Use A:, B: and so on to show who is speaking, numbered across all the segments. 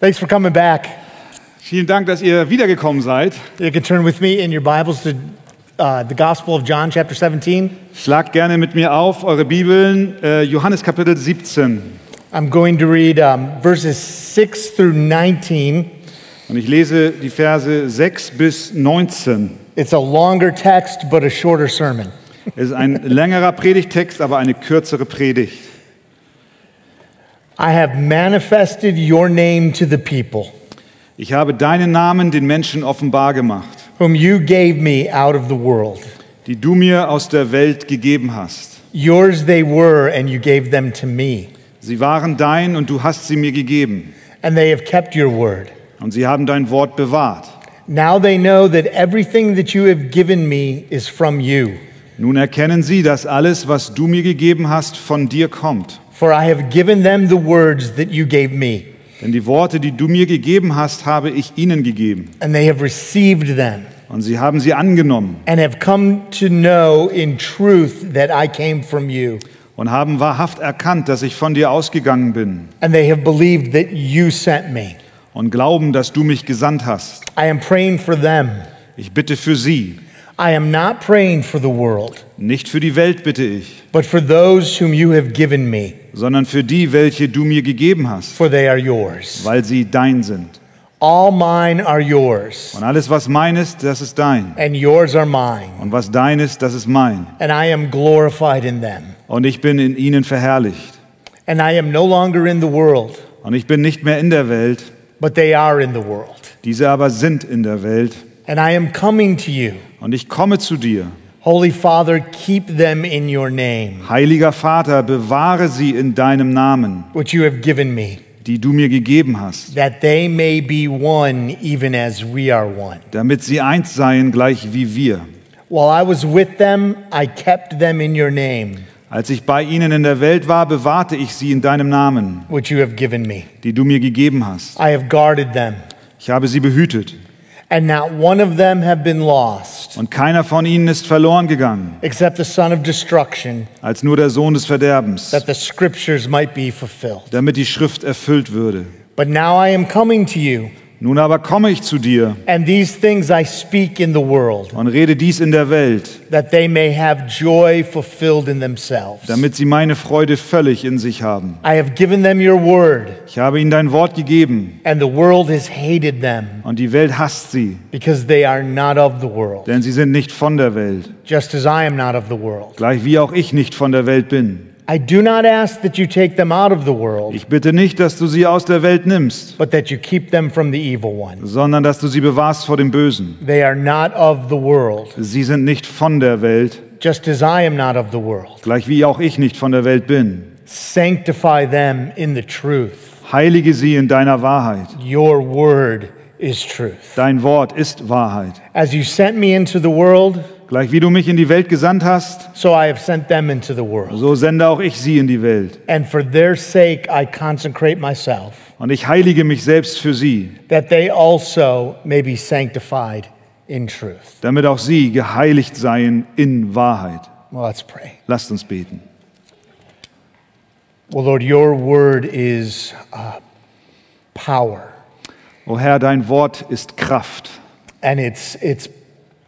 A: Thanks for coming back.
B: Vielen Dank, dass ihr wiedergekommen seid.
A: You can turn with me in your Bibles to uh, the Gospel of John, chapter 17.
B: Schlagt gerne mit mir auf eure Bibeln, äh, Johannes Kapitel 17.
A: I'm going to read um, verses 6 through 19.
B: Und ich lese die Verse 6 bis 19.
A: It's a longer text, but a shorter sermon.
B: Es ist ein längerer Predigtext, aber eine kürzere Predigt.
A: I have manifested your name to the people,
B: Ich habe deinen Namen den Menschen offenbar gemacht,
A: whom you gave me out of the world.
B: die du mir aus der Welt gegeben hast.
A: Yours they were, and you gave them to me.
B: Sie waren dein und du hast sie mir gegeben.
A: And they have kept your word.
B: Und sie haben dein Wort bewahrt.
A: Now they know that everything that you have given me is from you.
B: Nun erkennen sie, dass alles, was du mir gegeben hast, von dir kommt.
A: For I have given them the words that you gave me,
B: Denn die Worte, die du mir gegeben hast, habe ich ihnen gegeben.
A: and they have received them,
B: Und sie haben sie angenommen
A: and have come to know in truth that I came from you,
B: und haben wahrhaft erkannt, dass ich von dir ausgegangen bin
A: and they have believed that you sent me.
B: und glauben, dass du mich gesandt hast.
A: I am praying for them.
B: Ich bitte für sie,
A: I am not praying for the world,
B: nicht für die Welt bitte ich,
A: but for those whom you have given me,
B: sondern für die, welche du mir gegeben hast,
A: for they are yours.
B: weil sie dein sind.
A: All mine are yours,
B: Und alles, was mein ist, das ist dein.
A: and yours are mine,
B: Und was dein ist, das ist mein.
A: and I am glorified in them.
B: Und ich bin in ihnen verherrlicht.
A: And I am no longer in the world,
B: Und ich bin nicht mehr in der Welt,
A: but they are in the world.
B: diese aber sind in der Welt.
A: And I am coming to you.
B: Und ich komme zu dir.
A: Holy Father, keep them in your name,
B: Heiliger Vater, bewahre sie in deinem Namen,
A: which you have given me,
B: die du mir gegeben hast,
A: that they may be one even as we are one.
B: damit sie eins seien, gleich wie wir.
A: While I was with them, I kept them in your name,
B: Als ich bei ihnen in der Welt war, bewahrte ich sie in deinem Namen,
A: which you have given me.
B: die du mir gegeben hast.
A: I have guarded them,
B: Ich habe sie behütet,
A: and not one of them have been lost,
B: und keiner von ihnen ist verloren gegangen,
A: except the son of destruction,
B: als nur der Sohn des Verderbens,
A: that the scriptures might be fulfilled.
B: damit die Schrift erfüllt würde.
A: But now I am coming to you,
B: Nun aber komme ich zu dir
A: and these things I speak in the world,
B: und rede dies in der Welt,
A: that they may have joy fulfilled in themselves.
B: damit sie meine Freude völlig in sich haben.
A: I have given them your word.
B: Ich habe ihnen dein Wort gegeben,
A: And the world has hated them
B: und die Welt hasst sie,
A: because they are not of the world,
B: denn sie sind nicht von der Welt.
A: just as I am not of the world.
B: gleich wie auch ich nicht von der Welt bin.
A: I do not ask that you take them out of the world,
B: Ich bitte nicht, dass du sie aus der Welt nimmst,
A: but that you keep them from the evil one.
B: sondern dass du sie bewahrst vor dem Bösen.
A: They are not of the world,
B: Sie sind nicht von der Welt,
A: just as I am not of the world.
B: gleich wie auch ich nicht von der Welt bin.
A: Sanctify them in the truth.
B: Heilige sie in deiner Wahrheit.
A: Your word is truth.
B: Dein Wort ist Wahrheit.
A: As you sent me into the world,
B: Gleich wie du mich in die Welt gesandt hast,
A: so I have sent them into the world.
B: so sende auch ich sie in die Welt.
A: And for their sake, I consecrate myself,
B: Und ich heilige mich selbst für sie,
A: that they also may be sanctified in truth.
B: damit auch sie geheiligt seien in Wahrheit.
A: Well, let's pray.
B: Lasst uns beten.
A: Well, Lord, your word is uh, power,
B: O Herr, dein Wort ist Kraft.
A: and it's it's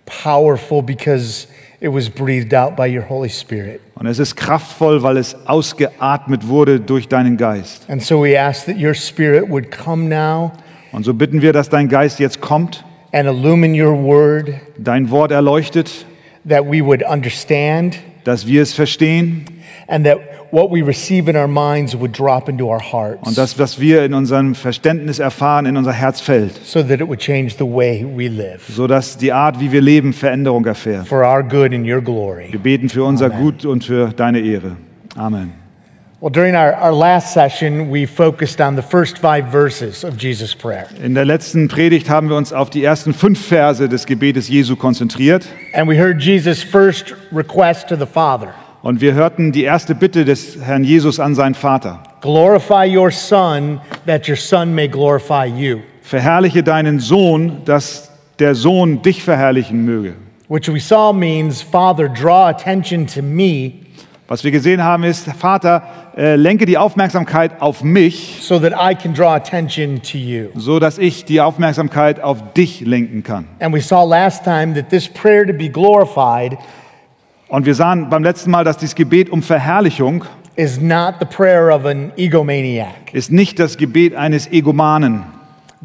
A: powerful because it was breathed out by your Holy Spirit.
B: Und es ist kraftvoll, weil es ausgeatmet wurde durch deinen Geist.
A: And so we ask that your Spirit would come now
B: Und so bitten wir, dass dein Geist jetzt kommt,
A: and illumine your word,
B: dein Wort erleuchtet,
A: that we would understand,
B: dass wir es verstehen
A: and that what we receive in our minds would drop into our hearts,
B: und dass, was wir in unserem Verständnis erfahren, in unser Herz fällt,
A: so that it would change the way we live
B: sodass die Art, wie wir leben, Veränderung erfährt.
A: for our good and your glory.
B: Wir beten für unser Gut und für deine Ehre. Amen.
A: Well, during our, our last session, we focused on the first five verses of Jesus' prayer.
B: In der letzten Predigt haben wir uns auf die ersten fünf Verse des Gebetes Jesu konzentriert
A: And we heard Jesus' first request to the Father
B: und wir hörten die erste Bitte des Herrn Jesus an seinen Vater.
A: glorify your Son, that your Son may glorify you,
B: Verherrliche deinen Sohn, dass der Sohn dich verherrlichen möge.
A: which we saw means, Father, draw attention to me
B: Was wir gesehen haben ist, Vater, äh, lenke die Aufmerksamkeit auf mich,
A: so that I can draw attention to you.
B: so dass ich die Aufmerksamkeit auf dich lenken kann.
A: And we saw last time that this prayer to be glorified
B: Und wir sahen beim letzten Mal, dass dieses Gebet um Verherrlichung
A: is not the prayer of an egomaniac.
B: ist nicht das Gebet eines Egomanen.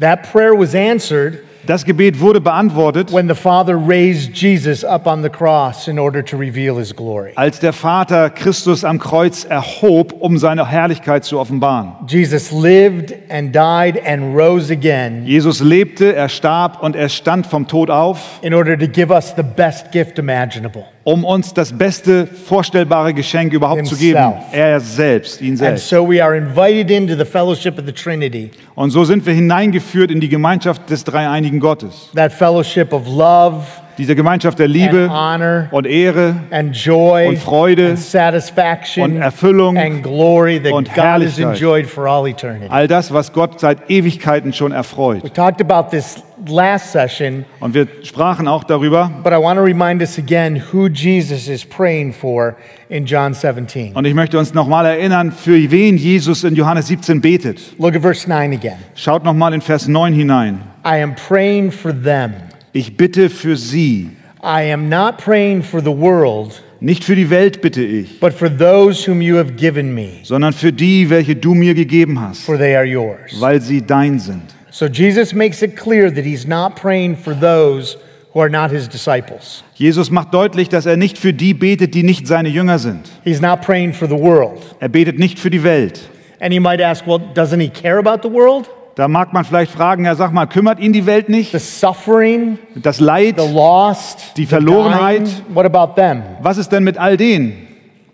A: That prayer was answered
B: Das Gebet wurde beantwortet,
A: when the Father raised Jesus up on the cross in order to reveal his glory.
B: als der Vater Christus am Kreuz erhob, um seine Herrlichkeit zu offenbaren.
A: Jesus lived and died and rose again
B: Jesus lebte, er starb und er stand vom Tod auf,
A: in order to give us the best gift imaginable.
B: um uns das beste vorstellbare Geschenk überhaupt zu geben.
A: Himself.
B: Er selbst, ihn
A: And
B: selbst.
A: so we are invited into the fellowship of the Trinity,
B: Und so sind wir hineingeführt in die Gemeinschaft des dreieinigen Gottes.
A: that fellowship of love
B: Diese Gemeinschaft der
A: and
B: Liebe
A: honor
B: und Ehre
A: and joy
B: und Freude
A: and satisfaction
B: und Erfüllung
A: and glory that
B: und
A: God has
B: Herrlichkeit.
A: enjoyed for all eternity.
B: All das, was Gott seit Ewigkeiten schon erfreut.
A: we talked about this last session,
B: Und wir sprachen auch darüber.
A: but I want to remind us again who Jesus is praying for in John 17.
B: Und ich möchte uns nochmal erinnern, für wen Jesus in Johannes 17 betet.
A: Look at verse 9 again.
B: Schaut nochmal in Vers 9 hinein.
A: I am praying for them.
B: Ich bitte für sie.
A: I am not praying for the world,
B: Nicht für die Welt bitte ich,
A: but for those whom you have given me,
B: sondern für die, welche du mir gegeben hast,
A: for they are yours.
B: weil sie dein sind.
A: So Jesus makes it clear that he's not praying for those who are not his disciples.
B: Jesus macht deutlich, dass er nicht für die betet, die nicht seine Jünger sind.
A: He's not praying for the world.
B: Er betet nicht für die Welt.
A: And you might ask, well, doesn't he care about the world?
B: Da mag man vielleicht fragen, ja sag mal, kümmert ihn die Welt nicht?
A: The suffering,
B: Das Leid?
A: the lost,
B: Die
A: the
B: Verlorenheit.
A: dying? What about them?
B: Was ist denn mit all denen?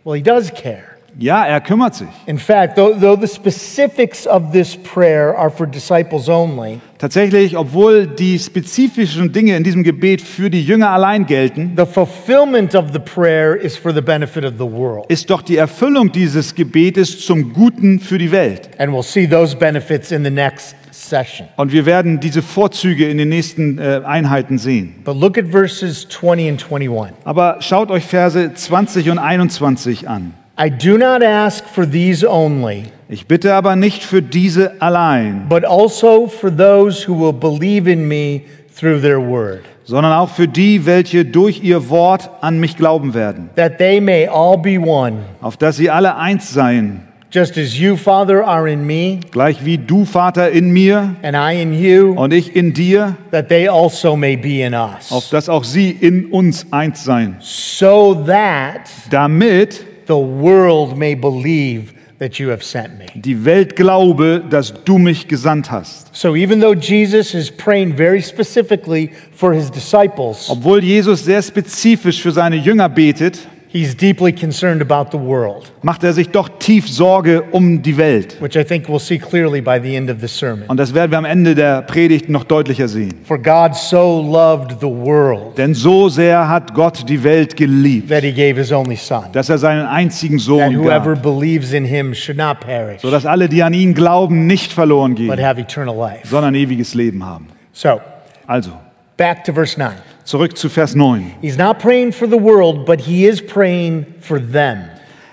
A: Well, he does care.
B: Ja, er kümmert sich.
A: In fact, though, though the specifics of this prayer are for disciples only,
B: Tatsächlich, obwohl die spezifischen Dinge in diesem Gebet für die Jünger allein gelten,
A: the fulfillment of the prayer is for the benefit of the world.
B: ist doch die Erfüllung dieses Gebetes zum Guten für die Welt.
A: And we'll see those benefits in the next session.
B: Und wir werden diese Vorzüge in den nächsten äh, Einheiten sehen.
A: But look at verses 20 and 21.
B: Aber schaut euch Verse 20 und 21 an.
A: I do not ask for these only,
B: Ich bitte aber nicht für diese allein,
A: but also for those who will believe in me through their word,
B: sondern auch für die, welche durch ihr Wort an mich glauben werden,
A: that they may all be one,
B: auf dass sie alle eins seien,
A: just as you, Father, are in me,
B: gleich wie du, Vater, in mir
A: and I in you,
B: und ich in dir,
A: that they also may be in
B: auf
A: us.
B: dass auch sie in uns eins seien,
A: So that
B: damit
A: the world may believe that you have sent me.
B: die Welt glaube, dass du mich gesandt hast.
A: So even though Jesus is praying very specifically for his disciples,
B: Obwohl Jesus sehr spezifisch für seine Jünger betet,
A: he's deeply concerned about the world,
B: macht er sich doch tief Sorge um die Welt.
A: which I think we'll see clearly by the end of the sermon.
B: Und das werden wir am Ende der Predigt noch deutlicher sehen.
A: For God so loved the world
B: Denn so sehr hat Gott die Welt geliebt,
A: that he gave his only son,
B: dass er seinen einzigen
A: that
B: Sohn
A: whoever
B: gab,
A: believes in him should not perish,
B: sodass alle, die an ihn glauben, nicht verloren
A: but
B: gehen,
A: have eternal life.
B: sondern ewiges Leben haben.
A: So,
B: Also,
A: back to verse 9.
B: zurück zu Vers 9.
A: He's not praying for the world, but he is praying for them.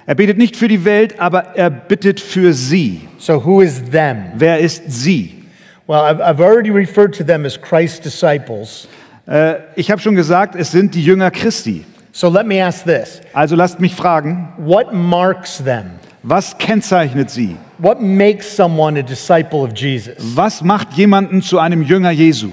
B: Er betet nicht für die Welt, aber er bittet für sie.
A: So, who is them?
B: Wer ist sie?
A: Well, I've, I've already referred to them as Christ's disciples.
B: Ich habe schon gesagt, es sind die Jünger Christi.
A: So, let me ask this
B: Also lasst mich fragen,
A: What marks them?
B: was kennzeichnet sie?
A: What makes someone a disciple of Jesus?
B: Was macht jemanden zu einem Jünger Jesu?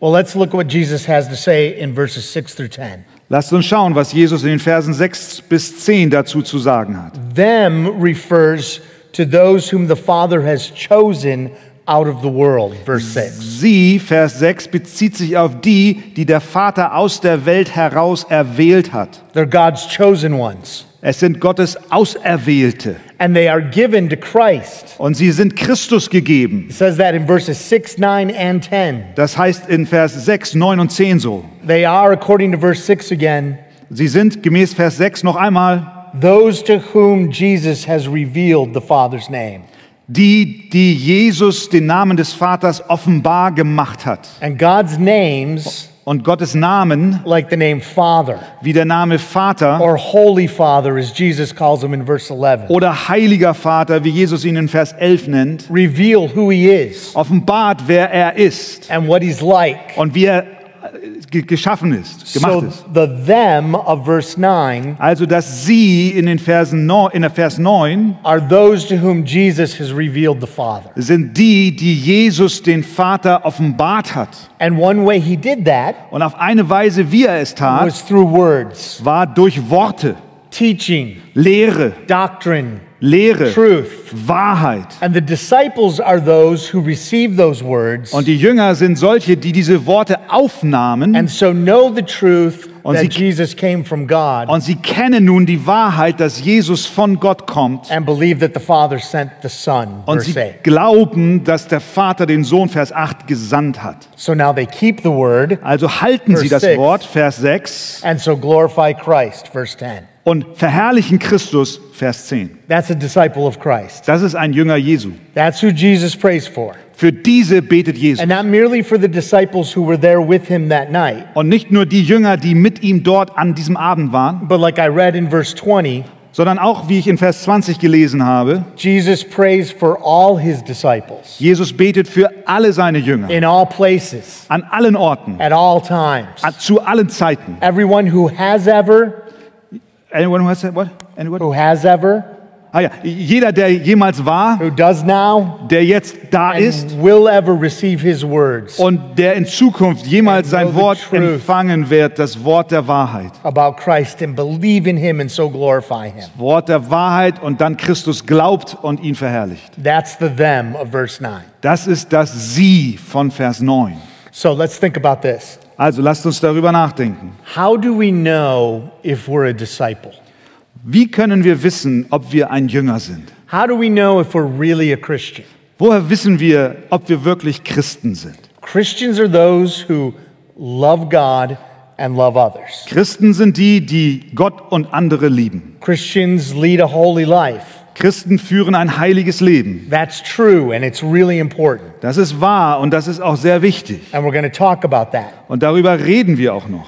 A: Well, let's look at what Jesus has to say in verses 6 through 10.
B: Lasst uns schauen, was Jesus in den Versen 6 bis 10 dazu zu sagen hat.
A: Them refers to those whom the Father has chosen out of the world, verse 6.
B: Sie, Vers 6, bezieht sich auf die, die der Vater aus der Welt heraus erwählt hat.
A: They're God's chosen ones,
B: Es sind Gottes Auserwählte
A: and they are given to Christ.
B: und sie sind Christus gegeben.
A: It says that in verses 6, 9, and 10.
B: Das heißt in Vers 6, 9 und 10 so.
A: They are, according to verse 6 again,
B: Sie sind gemäß Vers 6 noch einmal
A: those to whom Jesus has revealed the Father's name.
B: die, die Jesus den Namen des Vaters offenbar gemacht hat.
A: And God's names
B: Und Gottes Namen,
A: like the name Father
B: wie der Name Vater
A: or Holy Father, as Jesus calls him in verse 11,
B: oder Heiliger Vater, wie Jesus ihn in Vers 11 nennt,
A: reveal who he is
B: offenbart, wer er ist
A: and what he's like.
B: und wie er äh, ge- geschaffen ist,
A: So
B: gemacht ist.
A: the them of verse 9
B: Also, dass sie in, den Versen neu- in der Vers 9
A: are those to whom Jesus has revealed the Father.
B: sind die, die Jesus den Vater offenbart hat.
A: And one way he did that
B: Und auf eine Weise, wie er es tat,
A: was through words,
B: war durch Worte,
A: teaching,
B: Lehre,
A: doctrine,
B: Lehre,
A: truth.
B: Wahrheit.
A: And the disciples are those who receive those words
B: Und die Jünger sind solche, die diese Worte aufnahmen
A: and so know the truth
B: Und
A: that
B: sie-
A: Jesus came from God
B: und sie kennen nun die Wahrheit, dass Jesus von Gott kommt.
A: and believe that the Father sent the Son,
B: Und
A: verse
B: sie
A: 8.
B: glauben, dass der Vater den Sohn, Vers 8, gesandt hat.
A: So now they keep the word
B: Also halten sie
A: Vers
B: das
A: sechs.
B: Wort, Vers 6,
A: and so glorify Christ, verse 10.
B: und verherrlichen Christus, Vers 10.
A: That's a disciple of Christ.
B: Das ist ein Jünger Jesu.
A: That's who Jesus prays for.
B: Für diese betet Jesus.
A: And not merely for the disciples who were there with him that night,
B: Und nicht nur die Jünger, die mit ihm dort an diesem Abend waren,
A: but like I read in verse 20,
B: sondern auch, wie ich in Vers 20 gelesen habe,
A: Jesus prays for all his disciples
B: Jesus betet für alle seine Jünger,
A: in all places,
B: an allen Orten,
A: at all times.
B: an- zu allen Zeiten.
A: Everyone who has ever,
B: Anyone who has said what? Anyone?
A: who has ever,
B: Ah ja, jeder, der jemals war,
A: who does now,
B: der jetzt da ist
A: and will ever receive his words
B: und der in Zukunft jemals sein Wort empfangen wird, das Wort der Wahrheit.
A: about Christ and believe in him and so glorify him.
B: Wort der Wahrheit und dann Christus glaubt und ihn verherrlicht.
A: That's the them of verse 9.
B: Das ist das Sie von Vers 9.
A: So let's think about this.
B: Also lasst uns darüber nachdenken.
A: How do we know if we're a disciple?
B: Wie können wir wissen, ob wir ein Jünger sind?
A: How do we know if we're really a Christian?
B: Woher wissen wir, ob wir wirklich Christen sind?
A: Christians are those who love God and love others.
B: Christen sind die, die Gott und andere lieben.
A: Christians lead a holy life.
B: Christen führen ein heiliges Leben.
A: That's true and it's really important.
B: Das ist wahr und das ist auch sehr wichtig.
A: And we're going to talk about that.
B: Und darüber reden wir auch noch.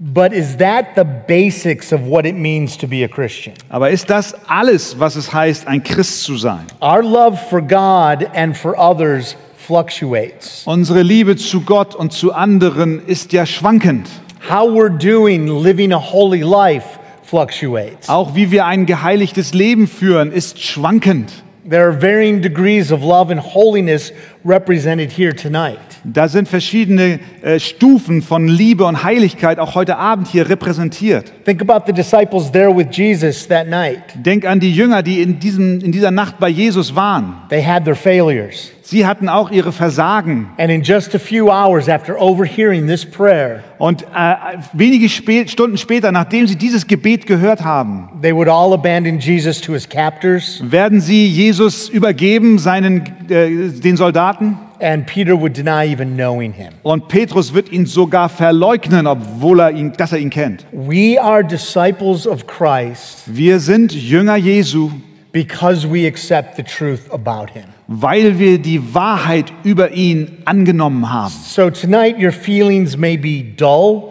A: But is that the basics of what it means to be a Christian?
B: Aber ist das alles, was es heißt, ein Christ zu sein?
A: Our love for God and for others fluctuates.
B: Unsere Liebe zu Gott und zu anderen ist ja schwankend.
A: How we're doing living a holy life fluctuates.
B: Auch wie wir ein geheiligtes Leben führen, ist schwankend.
A: There are varying degrees of love and holiness represented here tonight.
B: Da sind verschiedene äh, Stufen von Liebe und Heiligkeit auch heute Abend hier repräsentiert.
A: Think about the disciples there with Jesus that night.
B: Denk an die Jünger, die in, diesem, in dieser Nacht bei Jesus waren.
A: They had their failures.
B: Sie hatten auch ihre Versagen.
A: And in just a few hours after overhearing this prayer,
B: Und äh, wenige spä Stunden später, nachdem sie dieses Gebet gehört haben,
A: they would all abandon Jesus to his captors,
B: werden sie Jesus übergeben, seinen, äh, den Soldaten.
A: and Peter would deny even knowing him.
B: Und Petrus wird ihn sogar verleugnen, obwohl er ihn, dass er ihn kennt.
A: We are disciples of Christ
B: Wir sind Jünger Jesu,
A: because we accept the truth about him.
B: weil wir die Wahrheit über ihn angenommen haben.
A: So tonight, your feelings may be dull,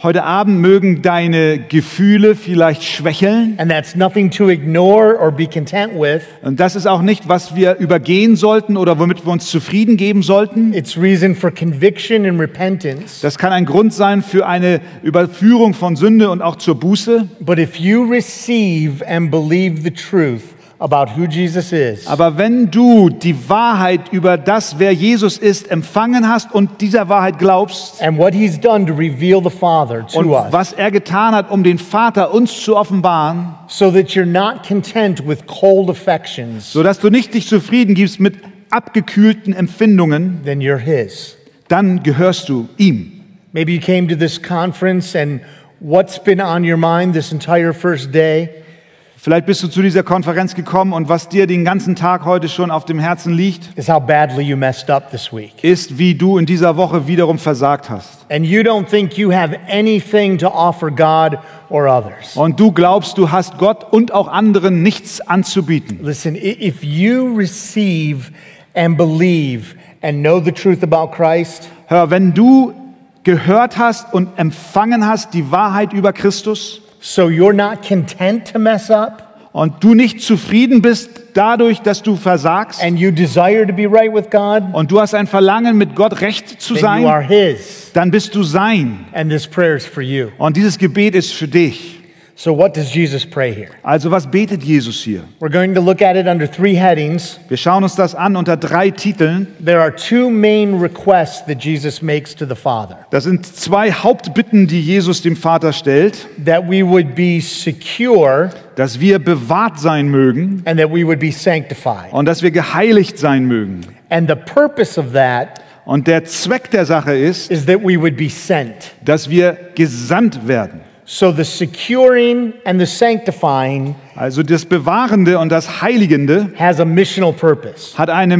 B: Heute Abend mögen deine Gefühle vielleicht schwächeln.
A: and that's nothing to ignore or be content with.
B: Und das ist auch nicht, was wir übergehen sollten oder womit wir uns zufrieden geben sollten.
A: It's reason for conviction and repentance.
B: Das kann ein Grund sein für eine Überführung von Sünde und auch zur Buße.
A: But if you receive and believe the truth about who Jesus is,
B: Aber wenn du die Wahrheit über das, wer Jesus ist, empfangen hast und dieser Wahrheit glaubst,
A: and what he's done to reveal the Father to
B: und
A: us,
B: was er getan hat, um den Vater uns zu offenbaren,
A: so that you're not content with cold affections,
B: sodass du nicht dich zufrieden gibst mit abgekühlten Empfindungen,
A: then you're his.
B: dann gehörst du ihm.
A: Maybe you came to this conference and what's been on your mind this entire first day
B: Vielleicht bist du zu dieser Konferenz gekommen und was dir den ganzen Tag heute schon auf dem Herzen liegt,
A: is how badly you messed up this week.
B: ist, wie du in dieser Woche wiederum versagt hast.
A: And you don't think you have anything to offer God or others.
B: Und du glaubst, du hast Gott und auch anderen nichts anzubieten.
A: Listen, i- if you receive and believe and know the truth about Christ,
B: Hör, wenn du gehört hast und empfangen hast, die Wahrheit über Christus,
A: So you're not content to mess up
B: und du nicht zufrieden bist dadurch, dass du versagst,
A: and you desire to be right with God,
B: und du hast ein Verlangen, mit Gott recht zu
A: then you are
B: sein,
A: His.
B: dann bist du sein.
A: And this prayer is for you.
B: Und dieses Gebet ist für dich.
A: So, what does Jesus pray here?
B: Also was betet Jesus hier?
A: We're going to look at it under three headings.
B: Wir schauen uns das an unter drei Titeln.
A: There are two main requests that Jesus makes to the Father
B: Das sind zwei Hauptbitten, die Jesus dem Vater stellt,
A: that we would be secure
B: dass wir bewahrt sein mögen
A: and that we would be sanctified.
B: und dass wir geheiligt sein mögen.
A: And the purpose of that
B: Und der Zweck der Sache ist,
A: is that we would be sent.
B: dass wir gesandt werden.
A: So, the securing and the sanctifying
B: Also das Bewahrende und das Heiligende
A: has a missional purpose.
B: hat eine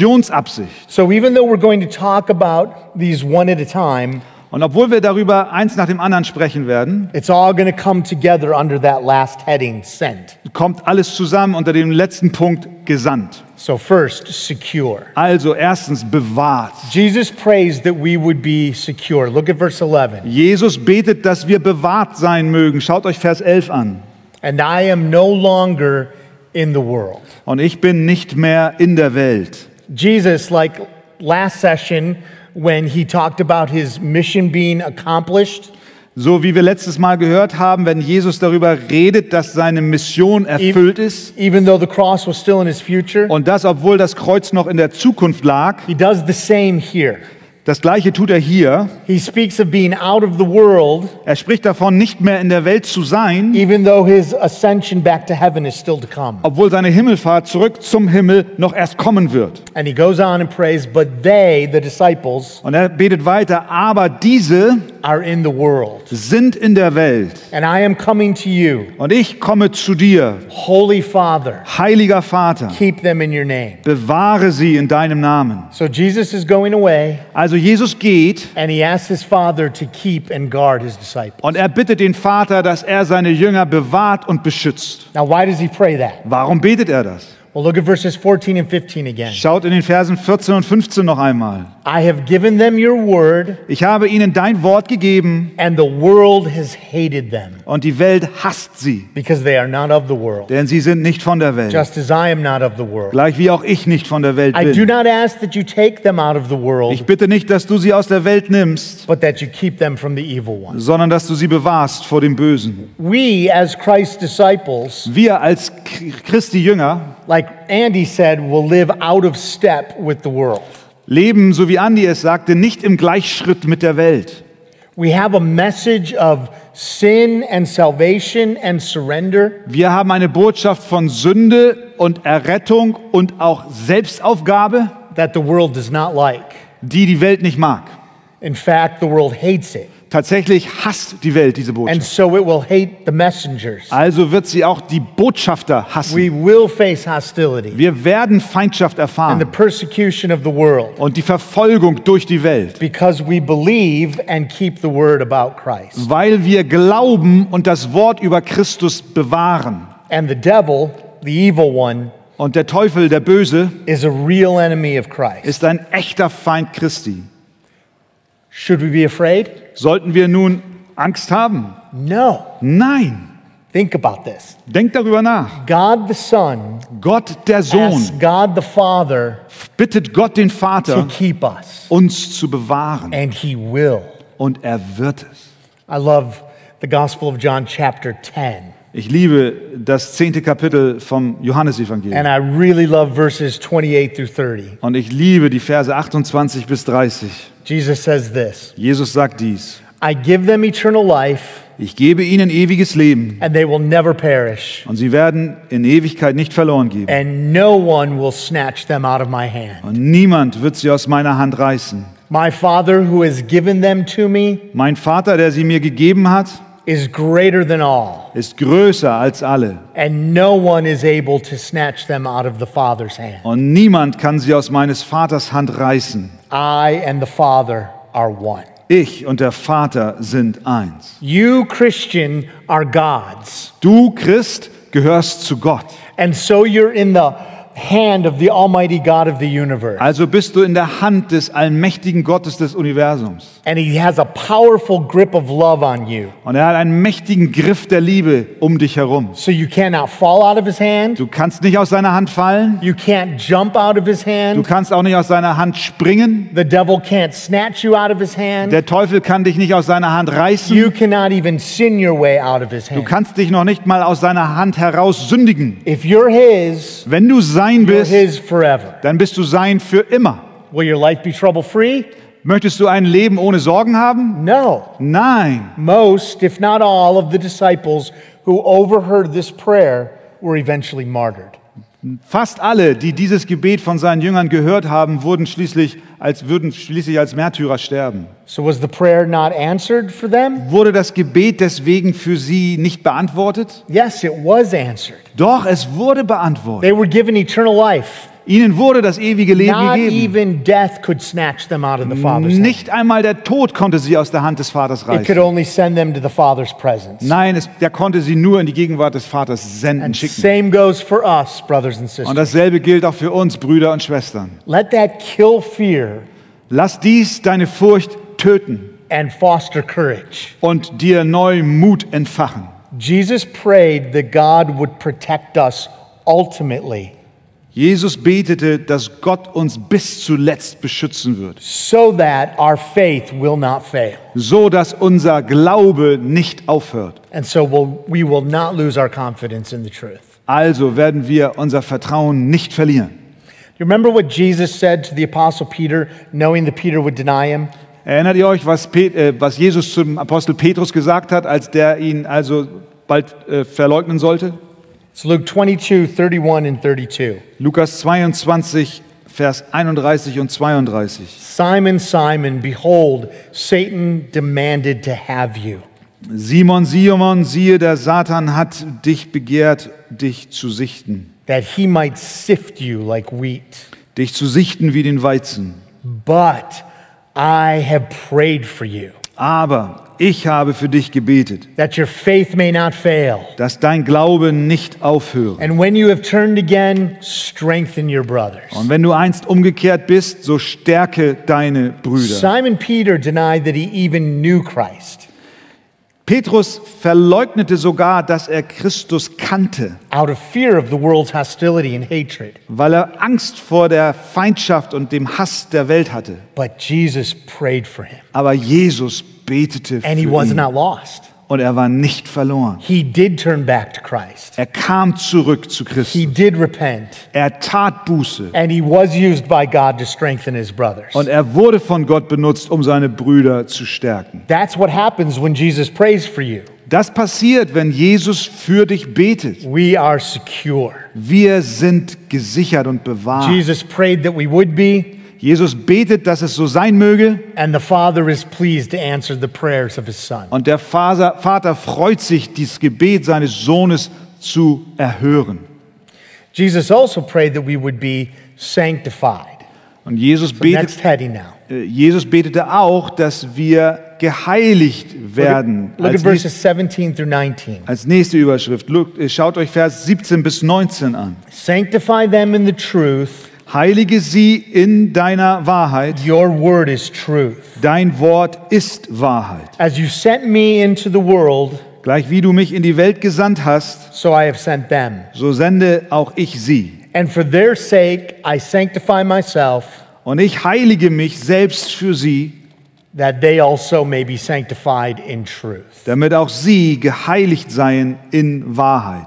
B: Missionsabsicht.
A: So, even though we're going to talk about these one at a time,
B: Und obwohl wir darüber eins nach dem anderen sprechen werden,
A: it's all going to come together under that last heading, sent.
B: kommt alles zusammen unter dem letzten Punkt gesandt.
A: So, first, secure.
B: Also erstens bewahrt.
A: Jesus prays that we would be secure. Look at verse 11.
B: Jesus betet, dass wir bewahrt sein mögen. Schaut euch Vers 11 an.
A: And I am no longer in the world.
B: Und ich bin nicht mehr in der Welt.
A: Jesus, like last session, when he talked about his mission being accomplished,
B: So wie wir letztes Mal gehört haben, wenn Jesus darüber redet, dass seine Mission erfüllt ist
A: even though the cross was still in his future,
B: und das, obwohl das Kreuz noch in der Zukunft lag,
A: he does the same here.
B: das gleiche tut er hier.
A: He speaks of being out of the world,
B: Er spricht davon, nicht mehr in der Welt zu sein,
A: even though his ascension back to heaven is still to come.
B: obwohl seine Himmelfahrt zurück zum Himmel noch erst kommen wird.
A: And he goes on and prays, but they, the disciples,
B: Und er betet weiter, aber diese
A: are in the world.
B: sind in der Welt.
A: And I am coming to you,
B: Und ich komme zu dir,
A: Holy Father,
B: heiliger Vater,
A: keep them in your name.
B: bewahre sie in deinem Namen.
A: So Jesus is going away,
B: Also Jesus geht
A: and he asks his Father to keep and guard his disciples.
B: und er bittet den Vater, dass er seine Jünger bewahrt und beschützt.
A: Now, why does he pray that?
B: Warum betet er das?
A: Well, look at verses 14 and 15 again.
B: Schaut in den Versen 14 und 15 noch einmal.
A: I have given them your word,
B: Ich habe ihnen dein Wort gegeben
A: and the world has hated them
B: und die Welt hasst sie,
A: because they are not of the world,
B: denn sie sind nicht von der Welt.
A: just as I am not of the world.
B: Gleich wie auch ich nicht von der Welt
A: I do
B: bin.
A: not ask that you take them out of the
B: Ich
A: world,
B: bitte nicht, dass du sie aus der Welt nimmst,
A: but that you keep them from the evil one.
B: sondern dass du sie bewahrst vor dem Bösen.
A: We, as Christ's disciples,
B: Wir als Christi Jünger
A: like Andy said, will live out of step with the world.
B: leben, so wie Andi es sagte, nicht im Gleichschritt mit der Welt.
A: We have a message of sin and salvation and surrender,
B: Wir haben eine Botschaft von Sünde und Errettung und auch Selbstaufgabe,
A: that the world does not like.
B: die die Welt nicht mag.
A: In fact, the world hates it.
B: Tatsächlich hasst die Welt diese
A: And
B: Botschaft.
A: so it will hate the messengers.
B: Also wird sie auch die Botschafter hassen.
A: We will face hostility
B: Wir werden Feindschaft
A: and the
B: erfahren
A: persecution of the world
B: und die Verfolgung durch die Welt,
A: because we believe and keep the word about Christ.
B: weil wir glauben und das Wort über Christus bewahren.
A: And the devil, the evil one,
B: Und der Teufel, der Böse,
A: is a real enemy of Christ.
B: ist ein echter Feind Christi.
A: Should we be afraid?
B: Sollten wir nun Angst haben?
A: No.
B: Nein.
A: Think about this.
B: Denkt darüber nach.
A: God the Son
B: Gott, der
A: asks
B: Sohn,
A: God the Father
B: bittet Gott, den
A: to
B: Vater,
A: keep us,
B: uns zu bewahren.
A: and He will.
B: Und er wird es.
A: I love the Gospel of John, chapter 10,
B: Ich liebe das zehnte Kapitel vom Johannesevangelium.
A: and I really love verses 28 through 30.
B: Und ich liebe die Verse 28 bis 30.
A: Jesus says this
B: Jesus sagt dies.
A: I give them eternal life,
B: Ich gebe ihnen ewiges Leben
A: and they will never perish,
B: und sie werden in Ewigkeit nicht verloren gehen.
A: and no one will snatch them out of my hand.
B: Und niemand wird sie aus meiner Hand reißen.
A: My Father, who has given them to me,
B: Mein Vater, der sie mir gegeben hat,
A: is greater than all,
B: ist größer als alle.
A: and no one is able to snatch them out of the Father's hand.
B: Und niemand kann sie aus meines Vaters Hand reißen.
A: I and the Father are one.
B: Ich und der Vater sind eins.
A: You, Christian, are God's.
B: Du, Christ, gehörst zu Gott.
A: And so you're in the hand of the Almighty God of the universe.
B: Also bist du in der Hand des allmächtigen Gottes des Universums.
A: And He has a powerful grip of love on you.
B: Und er hat einen mächtigen Griff der Liebe um dich herum.
A: So you cannot fall out of His hand.
B: Du kannst nicht aus seiner Hand fallen.
A: You can't jump out of His
B: Du
A: hand.
B: kannst auch nicht aus seiner Hand springen.
A: The devil can't snatch you out of His hand.
B: Der Teufel kann dich nicht aus seiner Hand reißen.
A: You cannot even sin your way out of His
B: Du
A: hand.
B: kannst dich noch nicht mal aus seiner Hand heraus sündigen.
A: If you're His,
B: Wenn du sein
A: you're
B: bist,
A: His forever.
B: dann bist du sein für immer.
A: Will your life be trouble free?
B: Möchtest du ein Leben ohne Sorgen haben?
A: No.
B: Nein.
A: Most, if not all, of the disciples who overheard this prayer were eventually martyred.
B: Fast alle, die dieses Gebet von seinen Jüngern gehört haben, wurden schließlich als, würden schließlich als Märtyrer sterben.
A: So was the prayer not answered for them?
B: Wurde das Gebet deswegen für sie nicht beantwortet?
A: Yes, it was answered.
B: Doch, es wurde beantwortet.
A: They were given eternal life.
B: Ihnen wurde das ewige Leben
A: Not
B: gegeben.
A: even death could snatch them out of the Father's hand.
B: Nicht einmal der Tod konnte sie aus der Hand des Vaters
A: It could
B: reißen.
A: only send them to the Father's presence.
B: Nein, es, der konnte sie nur in die Gegenwart des Vaters senden,
A: And
B: schicken.
A: same goes for us, brothers and
B: Und
A: sisters.
B: dasselbe gilt auch für uns, Brüder und Schwestern.
A: Let that kill fear
B: Lass dies deine Furcht töten
A: and foster courage.
B: und dir neu Mut entfachen.
A: Jesus prayed that God would protect us ultimately.
B: Jesus betete, dass Gott uns bis zuletzt beschützen wird,
A: so that our faith will not fail.
B: so dass unser Glaube nicht aufhört.
A: And so we'll, we will not lose our confidence in the truth.
B: Also werden wir unser Vertrauen nicht verlieren.
A: You remember what Jesus said to the Apostle Peter, knowing that Peter would deny him?
B: Erinnert ihr euch, was, Pet äh, was Jesus zum Apostel Petrus gesagt hat, als der ihn also bald äh, verleugnen sollte?
A: It's Luke 22, 31 and 32.
B: Lukas 22, Vers 31 und 32.
A: Simon, Simon, behold, Satan demanded to have you
B: Simon, Simon, siehe, der Satan hat dich begehrt, dich zu sichten,
A: that he might sift you like wheat.
B: dich zu sichten wie den Weizen.
A: But I have prayed for you
B: Aber ich habe für dich gebetet,
A: that your faith may not fail.
B: dass dein Glaube nicht aufhöre.
A: And when you have turned again, strengthen your brothers.
B: Und wenn du einst umgekehrt bist, so stärke deine Brüder.
A: Simon Peter denied that he even knew Christ
B: Petrus verleugnete sogar, dass er Christus kannte,
A: out of fear of the world's hostility and hatred.
B: weil er Angst vor der Feindschaft und dem Hass der Welt hatte.
A: But Jesus prayed for him,
B: Aber Jesus betete für
A: and he was
B: ihn
A: not lost.
B: und er war nicht verloren.
A: He did turn back to Christ,
B: Er kam zurück zu Christus.
A: he did repent,
B: Er tat Buße
A: and he was used by God to strengthen his brothers.
B: und er wurde von Gott benutzt, um seine Brüder zu stärken.
A: That's what happens when Jesus prays for you.
B: Das passiert, wenn Jesus für dich betet.
A: We are secure.
B: Wir sind gesichert und bewahrt.
A: Jesus prayed that we would be,
B: Jesus betet, dass es so sein möge
A: and the Father is pleased to answer the prayers of his Son.
B: und der Faser- Vater freut sich, dieses Gebet seines Sohnes zu erhören.
A: Jesus also prayed that we would be sanctified.
B: Und Jesus,
A: Next
B: betet,
A: heading now.
B: äh, Jesus betete auch, dass wir geheiligt werden.
A: Look at
B: Als,
A: verses
B: nächst,
A: 17 through 19.
B: als nächste Überschrift. Look, äh, schaut euch Vers 17 bis 19 an.
A: Sanctify them in the truth.
B: Heilige sie in deiner Wahrheit.
A: Your word is truth.
B: Dein Wort ist Wahrheit.
A: As you sent me into the world,
B: Gleich wie du mich in die Welt gesandt hast,
A: so I have sent them.
B: so sende auch ich sie.
A: And for their sake, I sanctify myself,
B: Und ich heilige mich selbst für sie,
A: that they also may be sanctified in truth.
B: damit auch sie geheiligt seien in Wahrheit.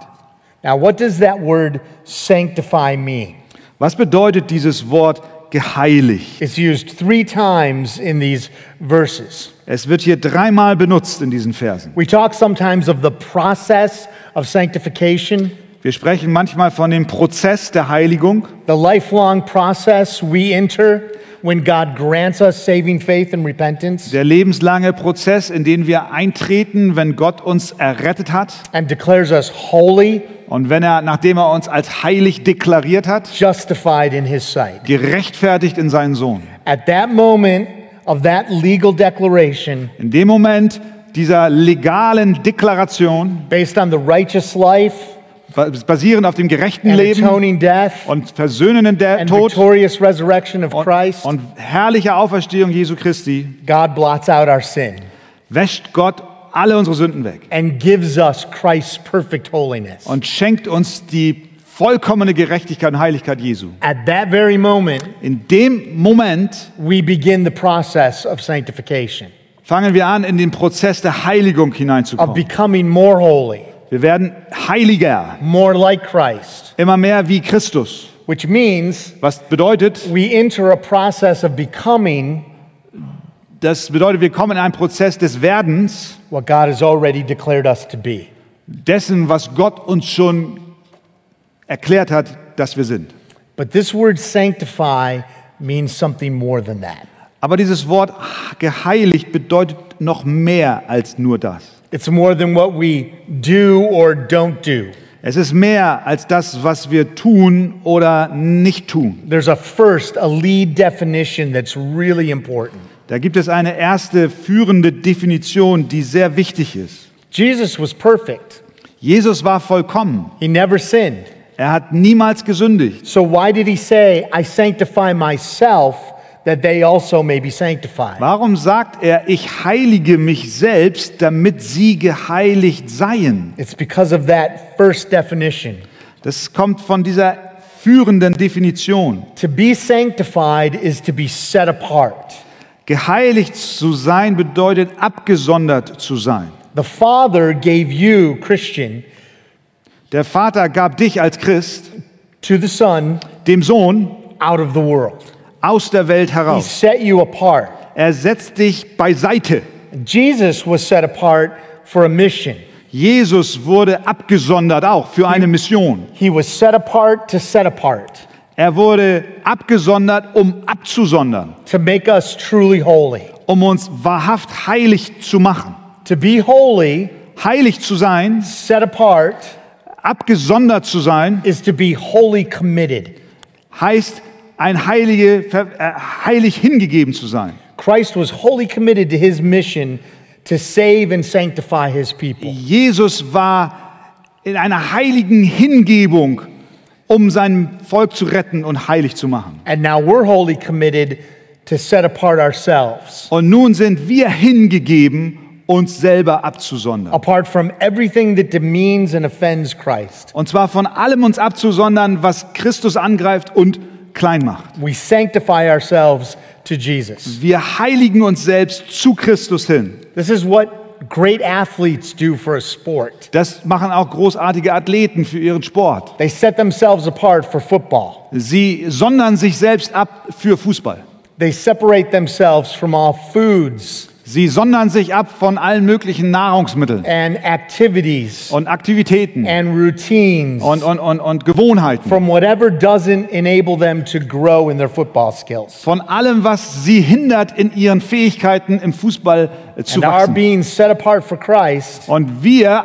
A: Now, what does that word sanctify mean?
B: Was bedeutet dieses Wort geheiligt?
A: It's used three times in these verses.
B: Es wird hier dreimal benutzt in diesen Versen.
A: We talk sometimes of the process of sanctification.
B: Wir sprechen manchmal von dem Prozess der Heiligung,
A: The lifelong process we enter when God grants us saving faith and repentance
B: der lebenslange Prozess, in den wir eintreten, wenn Gott uns errettet hat.
A: and declares us holy,
B: Und wenn er, nachdem er uns als heilig deklariert hat,
A: justified in His sight.
B: gerechtfertigt in seinen Sohn.
A: At that moment of that legal declaration,
B: In dem Moment dieser legalen Deklaration,
A: based on the righteous life
B: basierend auf dem gerechten
A: and
B: Leben
A: atoning death
B: und versöhnenden der
A: and
B: Tod
A: victorious resurrection of
B: und,
A: Christ,
B: und herrlicher Auferstehung Jesu Christi
A: God blots out our sin
B: wäscht Gott alle unsere Sünden weg
A: and gives us Christ's perfect holiness.
B: und schenkt uns die vollkommene Gerechtigkeit und Heiligkeit Jesu.
A: At that very moment,
B: In dem Moment
A: we begin the process of sanctification,
B: fangen wir an, in den Prozess der Heiligung
A: of
B: hineinzukommen.
A: becoming more holy,
B: Wir werden heiliger,
A: more like Christ,
B: immer mehr wie Christus.
A: which means
B: Was bedeutet,
A: we enter a process of becoming
B: das bedeutet, wir kommen in einen Prozess des Werdens
A: what God has already declared us to be.
B: dessen, was Gott uns schon erklärt hat, dass wir sind.
A: But this word sanctify means something more than that.
B: Aber dieses Wort geheiligt bedeutet noch mehr als nur das.
A: It's more than what we do or don't do.
B: Es ist mehr als das, was wir tun oder nicht tun.
A: There's a first, a lead definition that's really important.
B: Da gibt es eine erste führende Definition, die sehr wichtig ist.
A: Jesus was perfect,
B: Jesus war vollkommen.
A: he never sinned.
B: Er hat niemals gesündigt.
A: So why did he say, I sanctify myself that they also may be sanctified?
B: Warum sagt er, ich heilige mich selbst, damit sie geheiligt seien?
A: It's because of that first definition.
B: Das kommt von dieser führenden Definition.
A: To be sanctified is to be set apart.
B: Geheiligt zu sein bedeutet abgesondert zu sein.
A: The Father gave you, Christian,
B: Der Vater gab dich als Christ,
A: to the Son
B: dem Sohn,
A: out of the world.
B: aus der Welt
A: He
B: heraus.
A: set you apart.
B: Er setzt dich beiseite.
A: Jesus was set apart for a mission.
B: Jesus wurde abgesondert auch für eine Mission.
A: He was set apart to set apart,
B: Er wurde abgesondert, um abzusondern,
A: to make us truly holy.
B: um uns wahrhaft heilig zu machen.
A: To be holy,
B: Heilig zu sein,
A: set apart,
B: abgesondert zu sein,
A: is to be wholly committed.
B: heißt ein heilige, ver- äh, heilig hingegeben zu sein.
A: Christ was wholly committed to his mission to save and sanctify his people.
B: Jesus war in einer heiligen Hingebung, um sein Volk zu retten und heilig zu machen.
A: And now we're wholly committed to set apart ourselves,
B: Und nun sind wir hingegeben, uns selber abzusondern.
A: apart from everything that demeans and offends Christ.
B: Und zwar von allem uns abzusondern, was Christus angreift und klein macht.
A: We sanctify ourselves to Jesus.
B: Wir heiligen uns selbst zu Christus hin.
A: This is what great athletes do for a sport.
B: Das machen auch großartige Athleten für ihren Sport.
A: They set themselves apart for football.
B: Sie sondern sich selbst ab für Fußball.
A: They separate themselves from all foods
B: Sie sondern sich ab von allen möglichen Nahrungsmitteln
A: and activities
B: und Aktivitäten.
A: and routines
B: und, und, und, und Gewohnheiten.
A: from whatever doesn't enable them to grow in their football skills.
B: Von allem, was sie hindert, in ihren Fähigkeiten im Fußball äh, zu
A: And our
B: wachsen.
A: being set apart for Christ,
B: Und wir,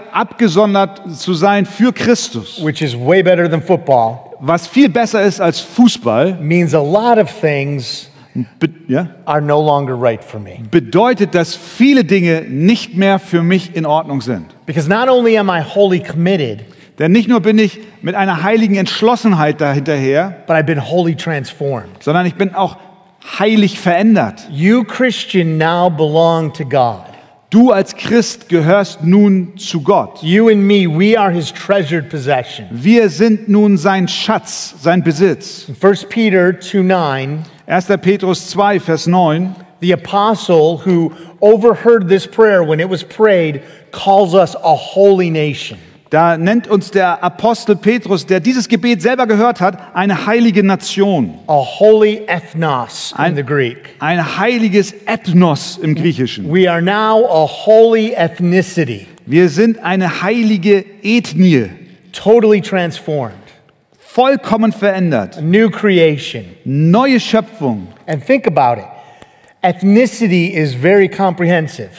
B: abgesondert zu sein für Christus,
A: which is way better than football,
B: was viel besser ist als Fußball,
A: means a lot of things
B: be ja,
A: are no longer right for me.
B: bedeutet, dass viele Dinge nicht mehr für mich in Ordnung sind.
A: Because not only am I wholly committed,
B: Denn nicht nur bin ich mit einer heiligen Entschlossenheit dahinterher,
A: but I've been wholly transformed.
B: sondern ich bin auch heilig verändert.
A: You, Christian, now belong to God.
B: Du als Christ gehörst nun zu Gott.
A: You and me, we are his treasured possession.
B: Wir sind nun sein Schatz, sein Besitz.
A: 1 Peter 2 9,
B: 1. Petrus 2, Vers 9.
A: the apostle who overheard this prayer when it was prayed calls us a holy nation.
B: Da nennt uns der Apostel Petrus, der dieses Gebet selber gehört hat, eine heilige Nation,
A: a holy ethnos in
B: Ein-
A: the Greek.
B: ein heiliges Ethnos im Griechischen.
A: We are now a holy ethnicity,
B: Wir sind eine heilige Ethnie,
A: totally transformed,
B: vollkommen verändert,
A: new creation.
B: neue Schöpfung.
A: And think about it ethnicity is very comprehensive.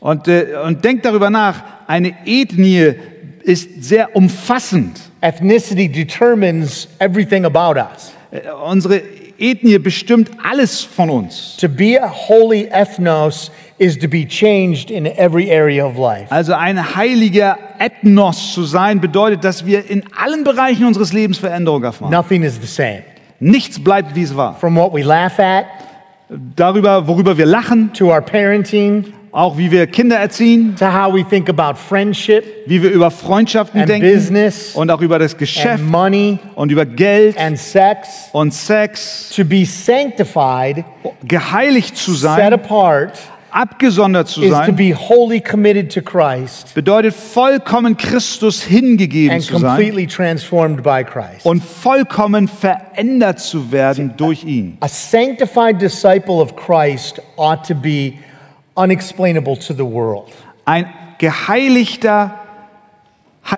B: Und, äh, und denkt darüber nach, eine Ethnie ist sehr umfassend.
A: Ethnicity determines everything about us.
B: Äh, Unsere Ethnie bestimmt alles von uns.
A: To be a holy ethnos is to be changed in every area of life.
B: Also ein heiliger Ethnos zu sein bedeutet, dass wir in allen Bereichen unseres Lebens Veränderung erfahren.
A: Nothing is the same.
B: Nichts bleibt, wie es war.
A: From what we laugh at,
B: Darüber, worüber wir lachen,
A: to our parenting,
B: auch wie wir Kinder erziehen,
A: to how we think about friendship
B: wie wir über Freundschaften
A: And
B: denken
A: business
B: und auch über das Geschäft
A: and money
B: und über Geld
A: and sex,
B: und Sex.
A: to be sanctified,
B: Geheiligt zu
A: set
B: sein,
A: apart,
B: abgesondert zu
A: is to
B: sein,
A: be wholly committed to Christ
B: bedeutet vollkommen Christus hingegeben
A: and
B: zu sein
A: completely transformed by Christ.
B: und vollkommen verändert zu werden durch ihn.
A: A sanctified disciple of Christ ought to be unexplainable to the world.
B: Ein geheiligter,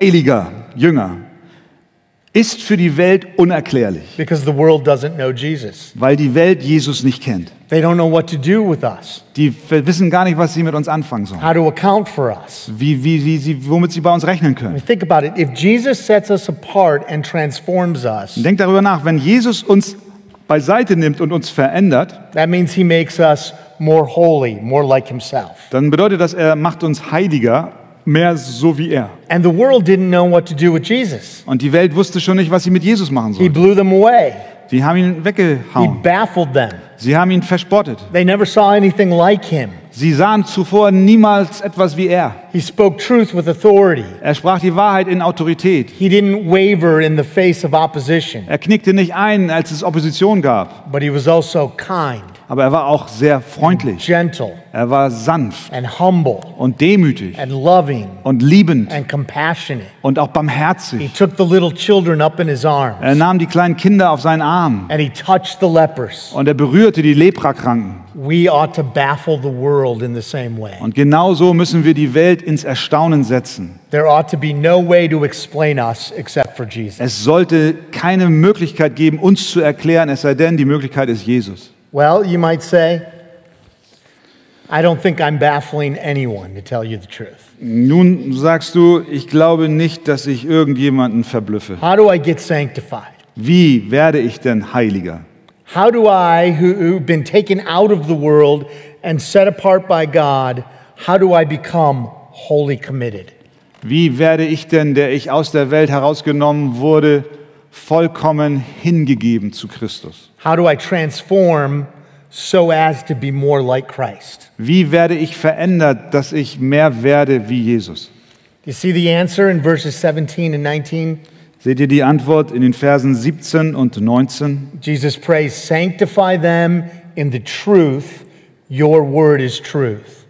B: heiliger Jünger ist für die Welt unerklärlich,
A: Because the world doesn't know Jesus.
B: weil die Welt Jesus nicht kennt.
A: They don't know what to do with us,
B: Die wissen gar nicht, was sie mit uns anfangen sollen,
A: how to account for us.
B: wie, wie, wie sie, womit sie bei uns rechnen können.
A: Think about it. If Jesus sets us apart and transforms us,
B: Denkt darüber nach, wenn Jesus uns beiseite nimmt und uns verändert,
A: that means he makes us more holy, more like himself.
B: dann bedeutet das, er macht uns heiliger, mehr so wie er.
A: And the world didn't know what to do with Jesus.
B: Und die Welt wusste schon nicht, was sie mit Jesus machen
A: He
B: soll.
A: blew them away,
B: Die haben ihn
A: he
B: weggehauen.
A: baffled them.
B: Sie haben ihn verspottet.
A: They never saw anything like him.
B: Sie sahen zuvor niemals etwas wie er.
A: He spoke truth with authority.
B: Er sprach die Wahrheit in Autorität.
A: He didn't waver in the face of opposition,
B: Er knickte nicht ein, als es Opposition gab.
A: but he was also kind,
B: Aber er war auch sehr freundlich.
A: gentle,
B: Er war sanft
A: and humble,
B: und demütig
A: and loving,
B: und liebend
A: and compassionate.
B: und auch
A: He
B: barmherzig.
A: took the little children up in his arms,
B: Er nahm die kleinen Kinder auf seinen Arm
A: and he touched the lepers.
B: und er berührte die Leprakranken.
A: We ought to baffle the world in the same way.
B: Und genau so müssen wir die Welt ins Erstaunen setzen.
A: There ought to be no way to explain us except for Jesus.
B: Es sollte keine Möglichkeit geben, uns zu erklären, es sei denn, die Möglichkeit ist Jesus.
A: Well, you might say, I don't think I'm baffling anyone to tell you the truth.
B: Nun sagst du, ich glaube nicht, dass ich irgendjemanden verblüffe.
A: How do I get sanctified?
B: Wie werde ich denn heiliger?
A: How do I, who, who've been taken out of the world and set apart by God, how do I become wholly committed?
B: Wie werde ich denn, der ich aus der Welt herausgenommen wurde, vollkommen hingegeben zu Christus?
A: How do I transform so as to be more like Christ?
B: Wie werde ich verändert, dass ich mehr werde wie Jesus?
A: You see the answer in verses 17 and 19?
B: Seht ihr die Antwort in den Versen 17 und 19?
A: Jesus prays, Sanctify them in the truth. Your word is truth.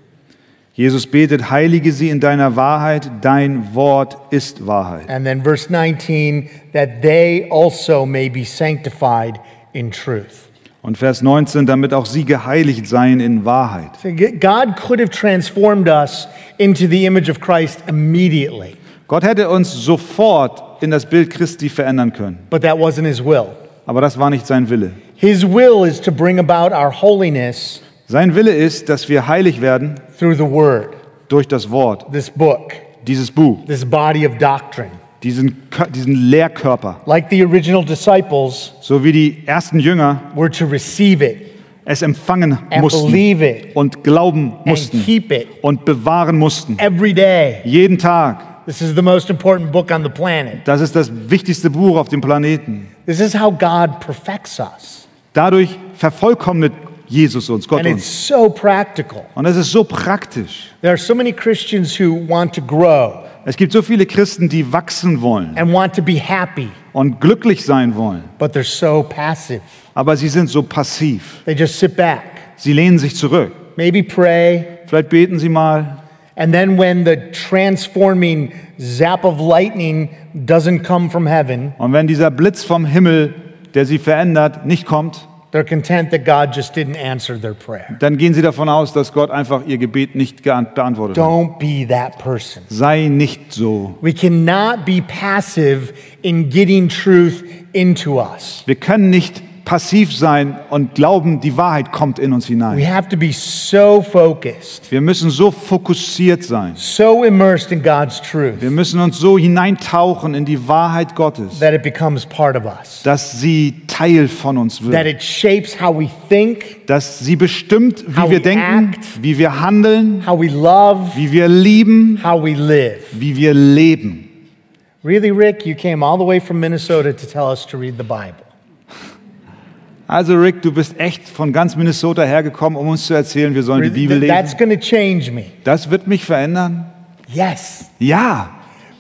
B: Jesus betet, heilige sie in deiner Wahrheit, dein Wort ist Wahrheit.
A: And then verse 19, that they also may be sanctified in truth.
B: Und Vers 19, damit auch sie geheiligt seien in Wahrheit.
A: So G- God could have transformed us into the image of Christ immediately,
B: Gott hätte uns sofort in das Bild Christi verändern können,
A: but that wasn't his will.
B: aber das war nicht sein Wille.
A: His will is to bring about our holiness
B: Sein Wille ist, dass wir heilig werden
A: through the word,
B: durch das Wort,
A: this book,
B: dieses Buch,
A: this body of doctrine.
B: diesen, Kö- diesen Lehrkörper,
A: Like the original disciples
B: so wie die ersten Jünger
A: were to receive it
B: es empfangen
A: and
B: mussten
A: believe it
B: und glauben
A: and
B: mussten
A: keep it
B: und bewahren mussten.
A: every day.
B: Jeden Tag.
A: This is the most important book on the planet.
B: Das ist das wichtigste Buch auf dem Planeten.
A: This is how God perfects us.
B: Dadurch vervollkommnet Jesus uns, Gott
A: And it's
B: uns.
A: so practical.
B: Und das ist so praktisch.
A: There are so many Christians who want to grow
B: Es gibt so viele Christen, die wachsen wollen
A: and want to be happy,
B: und glücklich sein wollen,
A: but they're so passive.
B: aber sie sind so passiv.
A: They just sit back,
B: Sie lehnen sich zurück.
A: maybe pray,
B: Vielleicht beten sie mal
A: and then when the transforming zap of lightning doesn't come from heaven,
B: und wenn dieser Blitz vom Himmel, der sie verändert, nicht kommt,
A: they're content that God just didn't answer their prayer.
B: dann gehen sie davon aus, dass Gott einfach ihr Gebet nicht geant- beantwortet hat.
A: Don't be that person.
B: Sei nicht so.
A: We cannot be passive in getting truth into us.
B: Wir können nicht passiv sein und glauben, die Wahrheit kommt in uns
A: We
B: hinein.
A: have to be so focused,
B: Wir müssen so fokussiert sein.
A: so immersed in God's truth
B: Wir müssen uns so hineintauchen in die Wahrheit Gottes,
A: that it becomes part of us,
B: dass sie Teil von uns
A: that
B: wird,
A: it shapes how we think,
B: dass sie bestimmt,
A: How
B: wie wir
A: we
B: denken,
A: act.
B: wie wir handeln,
A: how we love,
B: wie wir lieben,
A: how we live.
B: wie wir leben.
A: Really, Rick, you came all the way from Minnesota to tell us to read the Bible.
B: Also Rick, du bist echt von ganz Minnesota hergekommen, um uns zu erzählen, wir sollen die Bibel
A: That's
B: lesen.
A: going to change me.
B: Das wird mich verändern.
A: Yes,
B: Ja,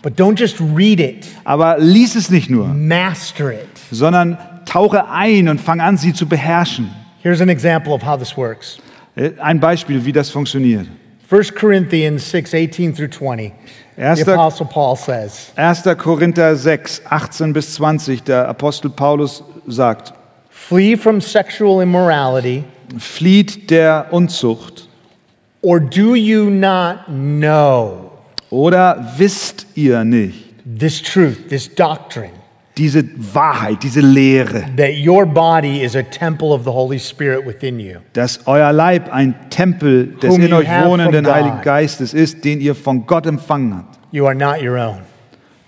A: but don't just read it,
B: aber lies es nicht nur,
A: master it.
B: sondern tauche ein und fang an, sie zu beherrschen.
A: Here's an example of how this works.
B: Äh, Ein Beispiel, wie das funktioniert.
A: 1 Corinthians 6, 18 through 20. the
B: Erster-
A: Apostle Paul says,
B: 1. Korinther 6, 18 bis 20, der Apostel Paulus sagt,
A: Flee from sexual immorality,
B: flieht der Unzucht
A: or do you not know
B: oder wisst ihr nicht
A: this truth, this doctrine,
B: diese Wahrheit, diese Lehre,
A: that your body is a temple of the Holy Spirit within you,
B: dass euer Leib ein Tempel des
A: Whom
B: in
A: you
B: euch
A: have
B: wohnenden
A: from God.
B: Heiligen Geistes ist, den ihr von Gott empfangen habt.
A: you are not your own,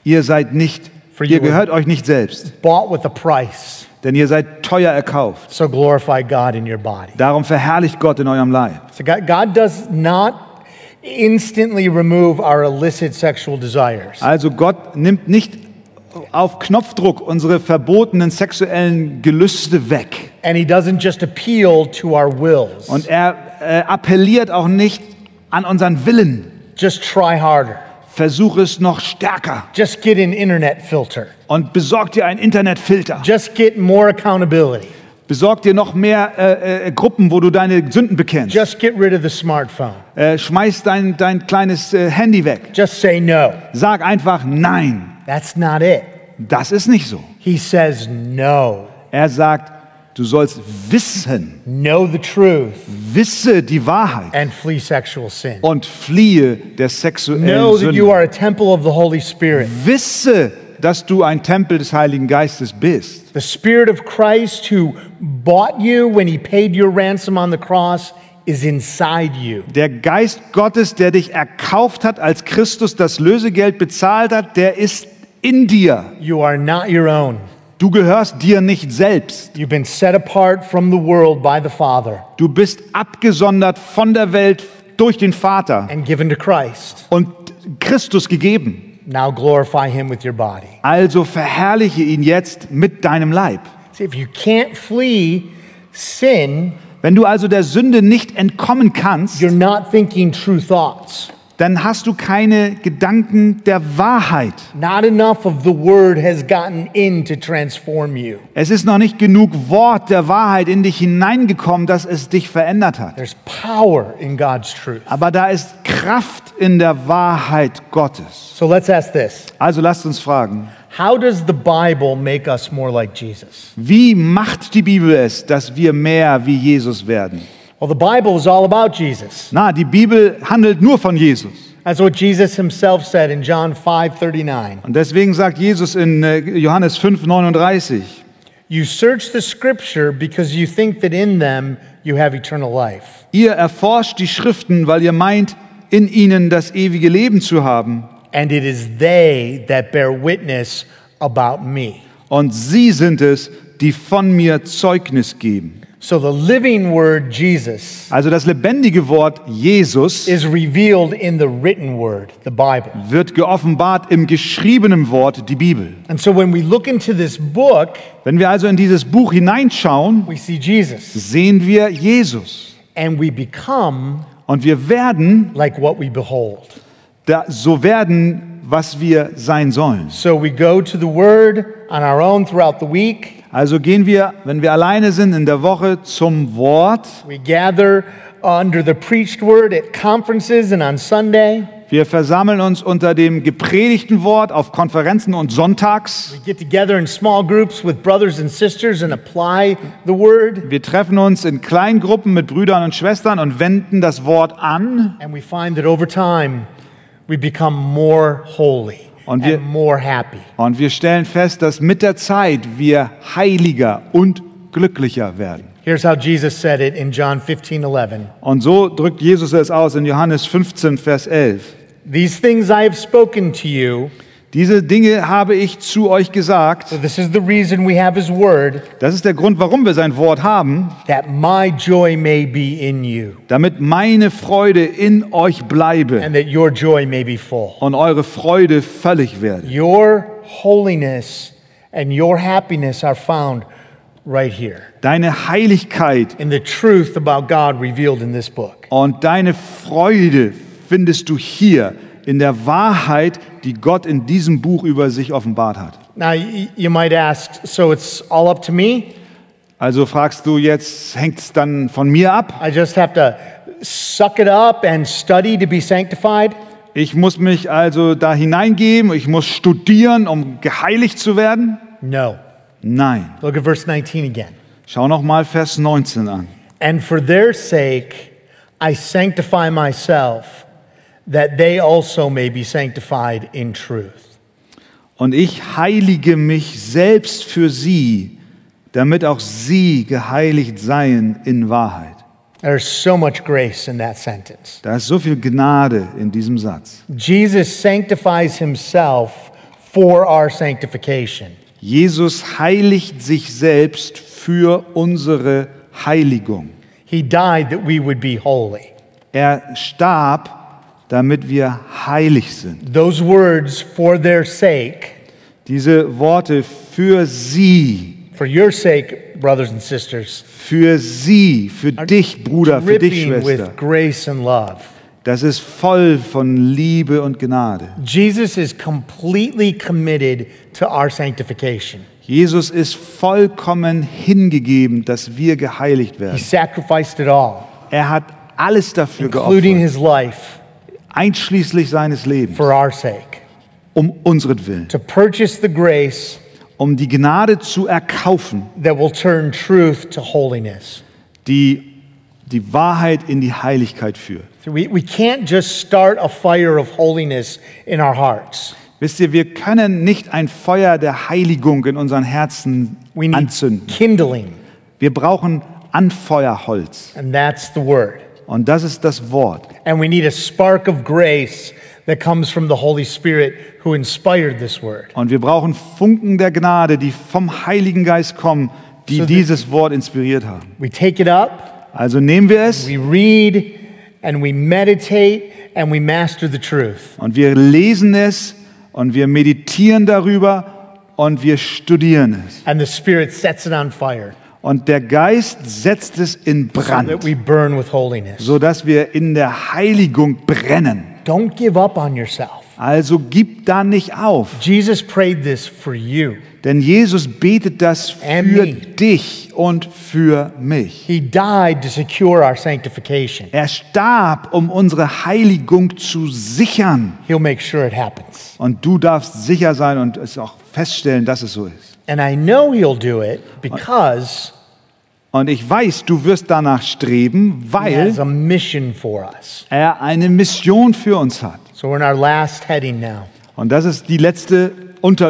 B: Ihr seid nicht,
A: For you
B: ihr
A: were-
B: gehört euch nicht selbst,
A: bought with a price,
B: denn ihr seid teuer erkauft.
A: so glorify God in your body.
B: Darum verherrlicht Gott in eurem Leib.
A: So God, God does not instantly remove our illicit sexual desires.
B: Also Gott nimmt nicht auf Knopfdruck unsere verbotenen sexuellen Gelüste weg.
A: And he doesn't just appeal to our wills.
B: Und er äh, appelliert auch nicht an unseren Willen.
A: Just try harder.
B: Versuch es noch stärker
A: Just get an internet filter.
B: und besorg dir einen Internetfilter.
A: Just get more accountability.
B: Besorg dir noch mehr äh, äh, Gruppen, wo du deine Sünden bekennst.
A: Just get rid of the smartphone.
B: Äh, schmeiß dein, dein kleines äh, Handy weg.
A: Just say no.
B: Sag einfach nein.
A: That's not it.
B: Das ist nicht so.
A: He says no.
B: Er sagt, du sollst wissen,
A: Know the truth
B: wisse die Wahrheit
A: and flee sexual sin.
B: und fliehe der sexuellen
A: Know that you
B: Sünde.
A: are a temple of the Holy Spirit.
B: Wisse, dass du ein Tempel des Heiligen Geistes bist.
A: The Spirit of Christ who bought you when he paid your ransom on the cross is inside you.
B: Der Geist Gottes, der dich erkauft hat, als Christus das Lösegeld bezahlt hat, der ist in dir.
A: You are not your own.
B: Du gehörst dir nicht selbst.
A: You've been set apart from the world by the Father
B: Du bist abgesondert von der Welt durch den Vater
A: and given to Christ.
B: und Christus gegeben.
A: Now glorify him with your body.
B: Also verherrliche ihn jetzt mit deinem Leib.
A: See, if you can't flee sin,
B: Wenn du also der Sünde nicht entkommen kannst,
A: you're not thinking true thoughts.
B: dann hast du keine Gedanken der Wahrheit.
A: Not enough of the word has gotten in to transform you.
B: Es ist noch nicht genug Wort der Wahrheit in dich hineingekommen, dass es dich verändert hat.
A: There's power in God's truth.
B: Aber da ist Kraft in der Wahrheit Gottes.
A: So let's ask this
B: Also lasst uns fragen,
A: How does the Bible make us more like Jesus?
B: wie macht die Bibel es, dass wir mehr wie Jesus werden?
A: Well, the Bible is all about Jesus.
B: Na, die Bibel handelt nur von Jesus.
A: That's what Jesus himself said in John 5 39.
B: Und deswegen sagt Jesus in äh, Johannes 5, 39,
A: You search the scripture because you think that in them you have eternal life.
B: ihr erforscht die Schriften, weil ihr meint, in ihnen das ewige Leben zu haben.
A: And it is they that bear witness about me.
B: Und sie sind es, die von mir Zeugnis geben.
A: So the living word, Jesus,
B: Also das lebendige Wort Jesus
A: is revealed in the written word, the Bible.
B: wird geoffenbart im geschriebenen Wort, die Bibel.
A: And so when we look into this book,
B: Wenn wir also in dieses Buch hineinschauen,
A: we see Jesus
B: sehen wir Jesus.
A: and we become
B: Und wir werden,
A: like what we behold.
B: da, so werden, was wir sein sollen.
A: So we go to the word on our own throughout the week.
B: Also gehen wir, wenn wir alleine sind in der Woche, zum Wort.
A: We gather under the preached word at conferences and on Sunday.
B: Wir versammeln uns unter dem gepredigten Wort auf Konferenzen und sonntags.
A: We get together in small groups with brothers and sisters and apply the word,
B: Wir treffen uns in Kleingruppen mit Brüdern und Schwestern und wenden das Wort an.
A: and we find that over time we become more holy
B: Und wir-
A: and more happy.
B: Und wir stellen fest, dass mit der Zeit wir heiliger und glücklicher werden.
A: Here's how Jesus said it in John 15 11.
B: Und so drückt Jesus es aus in Johannes 15, Vers 11.
A: These things I have spoken to you.
B: Diese Dinge habe ich zu euch gesagt.
A: So this is the reason we have his word,
B: Das ist der Grund, warum wir sein Wort haben,
A: that my joy may be in you,
B: damit meine Freude in euch bleibe
A: and that your joy may be full.
B: und eure Freude völlig werde.
A: Your holiness and your happiness are found right here
B: Deine Heiligkeit
A: in the truth about God revealed in this book.
B: und deine Freude findest du hier in der Wahrheit, die Gott in diesem Buch über sich offenbart hat.
A: Now, y- you might ask, so it's all up to me?
B: Also fragst du jetzt, hängt es dann von mir ab?
A: I just have to suck it up and study to be sanctified?
B: Ich muss mich also da hineingeben, ich muss studieren, um geheiligt zu werden?
A: No.
B: Nein.
A: Look at verse 19 again.
B: Schau noch mal Vers 19 an.
A: And for their sake I sanctify myself, that they also may be sanctified in truth.
B: Und ich heilige mich selbst für sie, damit auch sie geheiligt seien in Wahrheit.
A: There's so much grace in that sentence.
B: Da ist so viel Gnade in diesem Satz.
A: Jesus sanctifies himself for our sanctification.
B: Jesus heiligt sich selbst für unsere Heiligung.
A: He died that we would be holy.
B: Er starb, damit wir heilig sind.
A: Those words, for their sake,
B: Diese Worte für sie,
A: for your sake, brothers and sisters,
B: für sie, für dich, Bruder, für dich,
A: dripping
B: Schwester,
A: with grace and love.
B: das ist voll von Liebe und Gnade.
A: Jesus is completely committed to our sanctification.
B: Jesus ist vollkommen hingegeben, dass wir geheiligt
A: He
B: werden.
A: sacrificed it all,
B: Er hat alles dafür
A: including
B: geopfert,
A: his life,
B: einschließlich seines Lebens,
A: for our sake,
B: um unseren Willen,
A: to purchase the grace
B: um die Gnade zu erkaufen,
A: that will turn truth to holiness.
B: die die Wahrheit in die Heiligkeit führt.
A: So we, we can't just start a fire of holiness in our hearts.
B: Wisst ihr, wir können nicht ein Feuer der Heiligung in unseren Herzen
A: We need
B: anzünden.
A: kindling,
B: Wir brauchen Anfeuerholz.
A: and that's the word.
B: Und das ist das Wort.
A: And we need a spark of grace that comes from the Holy Spirit who inspired this word.
B: Und wir brauchen Funken der Gnade, die vom Heiligen Geist kommen, die
A: So the-
B: dieses Wort inspiriert haben.
A: We take it up,
B: Also nehmen wir es
A: we read, and we meditate, and we master the truth.
B: und wir lesen es und wir meditieren darüber und wir studieren es.
A: And the Spirit sets it on fire.
B: Und der Geist setzt es in
A: that
B: Brand,
A: we burn with holiness.
B: sodass wir in der Heiligung brennen.
A: Don't give up on yourself.
B: Also gib da nicht auf,
A: Jesus prayed this for you.
B: denn Jesus betet das für
A: Amen.
B: dich und für mich.
A: He died to secure our sanctification.
B: Er starb, um unsere Heiligung zu sichern.
A: He'll make sure it happens.
B: Und du darfst sicher sein und es auch feststellen, dass es so ist.
A: And I know He'll do it because
B: Und ich weiß, du wirst danach streben,
A: He
B: weil
A: has a mission for us.
B: er eine Mission für uns hat.
A: So we're in our last heading now.
B: Und das ist die letzte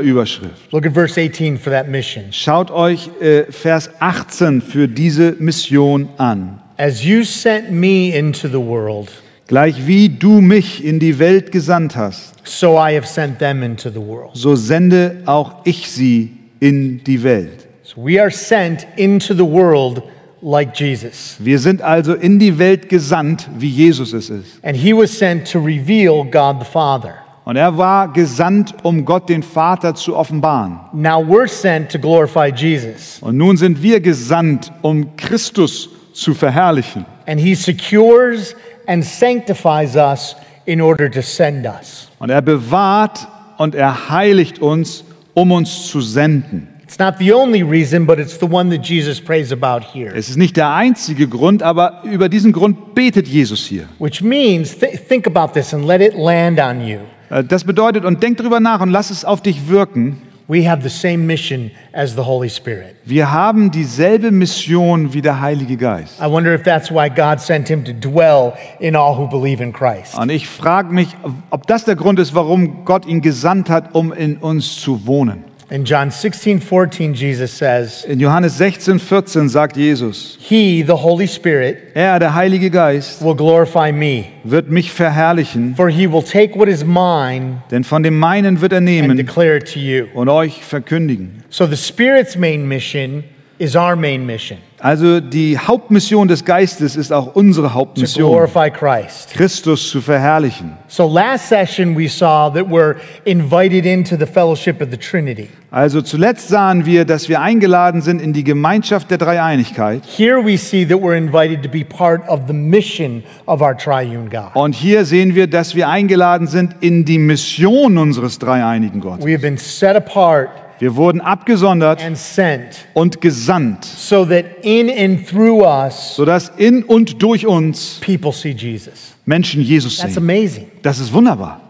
B: Unterüberschrift.
A: Look at verse 18 for that mission.
B: Schaut euch äh, Vers 18 für diese Mission an.
A: As you sent me into the world,
B: Gleich wie du mich in die Welt gesandt hast,
A: so I have sent them into the world.
B: so sende auch ich sie in die Welt.
A: So we are sent into the world like Jesus.
B: Wir sind also in die Welt gesandt, wie Jesus es ist.
A: And He was sent to reveal God the Father.
B: Und er war gesandt, um Gott den Vater zu offenbaren.
A: Now we're sent to glorify Jesus,
B: Und nun sind wir gesandt, um Christus zu verherrlichen.
A: and he secures and sanctifies us in order to send us.
B: Und er bewahrt und er heiligt uns, um uns zu senden.
A: It's not the only reason, but it's the one that Jesus prays about here,
B: Es ist nicht der einzige Grund, aber über diesen Grund betet Jesus hier.
A: which means th- think about this and let it land on you.
B: Äh, Das bedeutet, und denk drüber nach und lass es auf dich wirken,
A: We have the same mission as the Holy Spirit.
B: wir haben dieselbe Mission wie der Heilige Geist.
A: I wonder if that's why God sent him to dwell in all who believe in Christ.
B: Und ich frage mich, ob das der Grund ist, warum Gott ihn gesandt hat, um in uns zu wohnen.
A: In John 16, 14, Jesus says,
B: In Johannes 16, 14 sagt Jesus,
A: He, the Holy Spirit,
B: er, der Heilige Geist,
A: will glorify me,
B: wird mich verherrlichen,
A: for he will take what is mine
B: denn von dem meinen wird er
A: and
B: nehmen
A: declare it to you.
B: und euch verkündigen.
A: So the Spirit's main mission is our main mission
B: Also die Hauptmission des Geistes ist auch unsere
A: to
B: Hauptmission,
A: glorify Christ.
B: Christus zu verherrlichen.
A: So last session we saw that we're invited into the fellowship of the Trinity.
B: Also zuletzt sahen wir, dass wir eingeladen sind in die Gemeinschaft der Dreieinigkeit.
A: Here we see that we're invited to be part of the mission of our triune God.
B: Und hier sehen wir, dass wir eingeladen sind in die Mission unseres dreieinigen Gottes.
A: We have been set apart
B: Wir wurden abgesondert
A: and sent
B: und gesandt,
A: so that in and through us
B: sodass in und durch uns
A: people see Jesus.
B: Menschen Jesus
A: That's
B: sehen.
A: amazing.
B: Das ist wunderbar.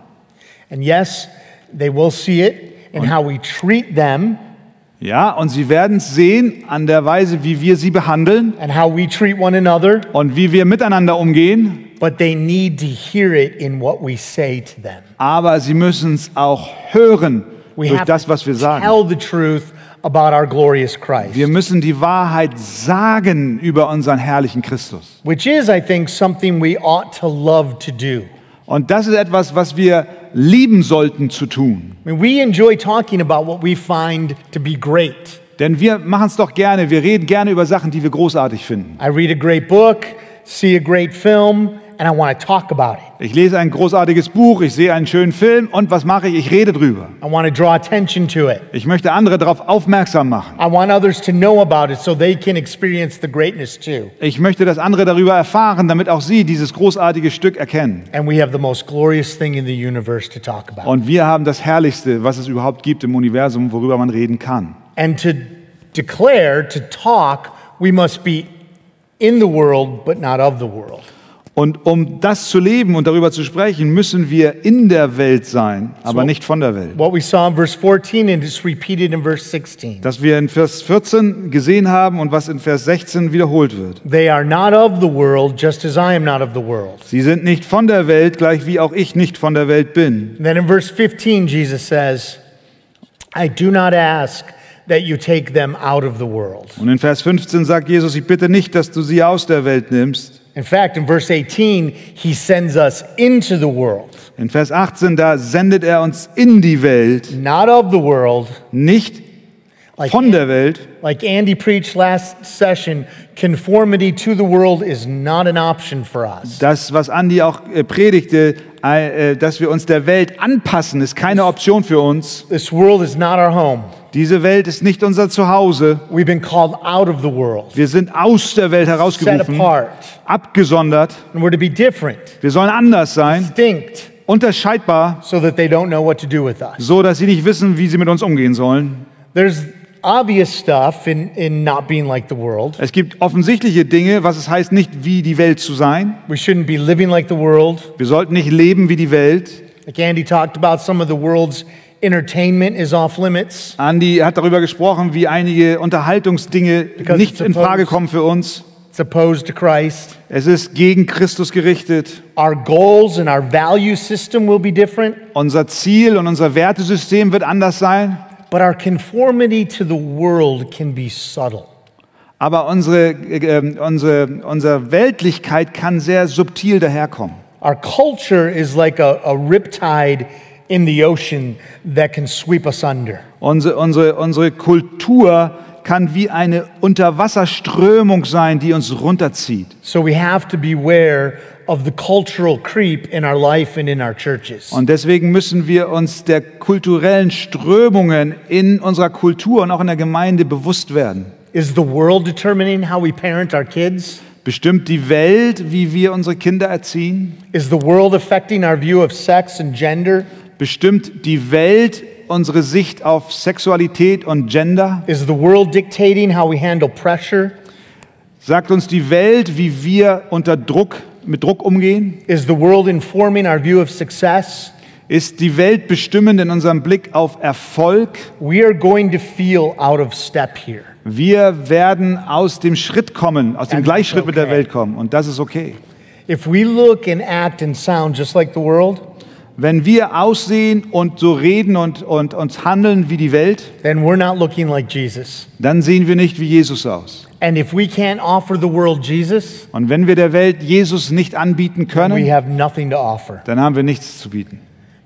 A: And yes, they will see it in how we treat them
B: Ja, und sie werden es sehen an der Weise, wie wir sie behandeln
A: and how we treat one another,
B: und wie wir miteinander umgehen,
A: but they need to hear it in what we say to them.
B: aber sie müssen es auch hören
A: We
B: durch
A: have
B: das, was wir
A: to
B: sagen.
A: tell the truth about our glorious Christ,
B: Wir müssen die Wahrheit sagen über unseren herrlichen Christus.
A: which is, I think, something we ought to love to do.
B: Und das ist etwas, was wir lieben sollten zu tun.
A: I mean, we enjoy talking about what we find to be great.
B: Denn wir machen es doch gerne, wir reden gerne über Sachen, die wir großartig finden.
A: I read a great book, see a great film, and I want to talk about it.
B: Ich lese ein großartiges Buch, ich sehe einen schönen Film und was mache ich? Ich rede drüber.
A: I want to draw attention to it.
B: Ich möchte andere darauf aufmerksam machen.
A: I want others to know about it so they can experience the greatness too.
B: Ich möchte, dass andere darüber erfahren, damit auch sie dieses großartige Stück erkennen.
A: And we have the most glorious thing in the universe to talk about.
B: Und wir haben das Herrlichste, was es überhaupt gibt im Universum, worüber man reden kann.
A: And to declare, to talk, we must be in the world, but not of the world.
B: Und um das zu leben und darüber zu sprechen, müssen wir in der Welt sein, aber
A: So.
B: nicht von der Welt.
A: What we saw in verse 14 and it's repeated in verse 16.
B: Das wir in Vers 14 gesehen haben und was in Vers 16 wiederholt wird.
A: They are not of the world, just as I am not of the world.
B: Sie sind nicht von der Welt, gleich wie auch ich nicht von der Welt bin.
A: And then in verse 15, Jesus says, I do not ask that you take them out of the world.
B: Und in Vers 15 sagt Jesus, ich bitte nicht, dass du sie aus der Welt nimmst.
A: In fact, in verse 18, he sends us into the world,
B: In Vers 18, da sendet er uns in die Welt,
A: not of the world.
B: nicht
A: Like,
B: von der Welt.
A: like Andy preached last session, conformity to the world is not an option for us.
B: Das, was Andi auch äh, predigte, äh, äh, dass wir uns der Welt anpassen, ist keine Option für uns.
A: This world is not our home.
B: Diese Welt ist nicht unser Zuhause.
A: We've been called out of the world,
B: Wir sind aus der Welt
A: set
B: herausgerufen,
A: apart,
B: abgesondert.
A: and we're to be different,
B: Wir sollen anders sein,
A: distinct,
B: unterscheidbar,
A: so that they don't know what to do with us.
B: so dass sie nicht wissen, wie sie mit uns umgehen sollen.
A: There's obvious stuff in, in not being like the world.
B: Es gibt offensichtliche Dinge, was es heißt, nicht wie die Welt zu sein.
A: We shouldn't be living like the world.
B: Wir sollten nicht leben wie die Welt.
A: Like Andy talked about, some of the world's entertainment is off limits.
B: Andy hat darüber gesprochen, wie einige Unterhaltungsdinge
A: Because
B: nicht
A: it's
B: in Frage
A: opposed.
B: kommen für uns.
A: It's opposed to Christ.
B: Es ist gegen Christus gerichtet.
A: Our goals and our value system will be different,
B: Unser Ziel und unser Wertesystem wird anders sein,
A: but our conformity to the world can be subtle.
B: aber unsere, äh, äh, unsere, unsere Weltlichkeit kann sehr subtil daherkommen.
A: Our culture is like a, a riptide in the ocean that can sweep us under.
B: Unsere, unsere, unsere Kultur kann wie eine Unterwasserströmung sein, die uns runterzieht.
A: So we have to beware of the cultural creep in our life and in our churches.
B: Und deswegen müssen wir uns der kulturellen Strömungen in unserer Kultur und auch in der Gemeinde bewusst werden.
A: Is the world determining how we parent our kids?
B: Bestimmt die Welt, wie wir unsere Kinder erziehen?
A: Is the world affecting our view of sex and gender?
B: Bestimmt die Welt unsere Sicht auf Sexualität und Gender?
A: Is the world dictating how we handle pressure?
B: Sagt uns die Welt, wie wir unter Druck, mit Druck umgehen?
A: Is the world informing our view of success?
B: Ist die Welt bestimmend in unserem Blick auf Erfolg?
A: We are going to feel out of step here.
B: Wir werden aus dem Schritt kommen, aus dem
A: And
B: Gleichschritt mit der
A: okay.
B: Welt kommen. Und das ist okay.
A: If we look and act and sound just like the world,
B: Wenn wir aussehen und so reden und, und uns handeln wie die Welt,
A: then we're not looking like Jesus.
B: dann sehen wir nicht wie Jesus aus.
A: And if we can't offer the world Jesus,
B: Und wenn wir der Welt Jesus nicht anbieten
A: we
B: können,
A: have nothing to offer.
B: dann haben wir nichts zu bieten.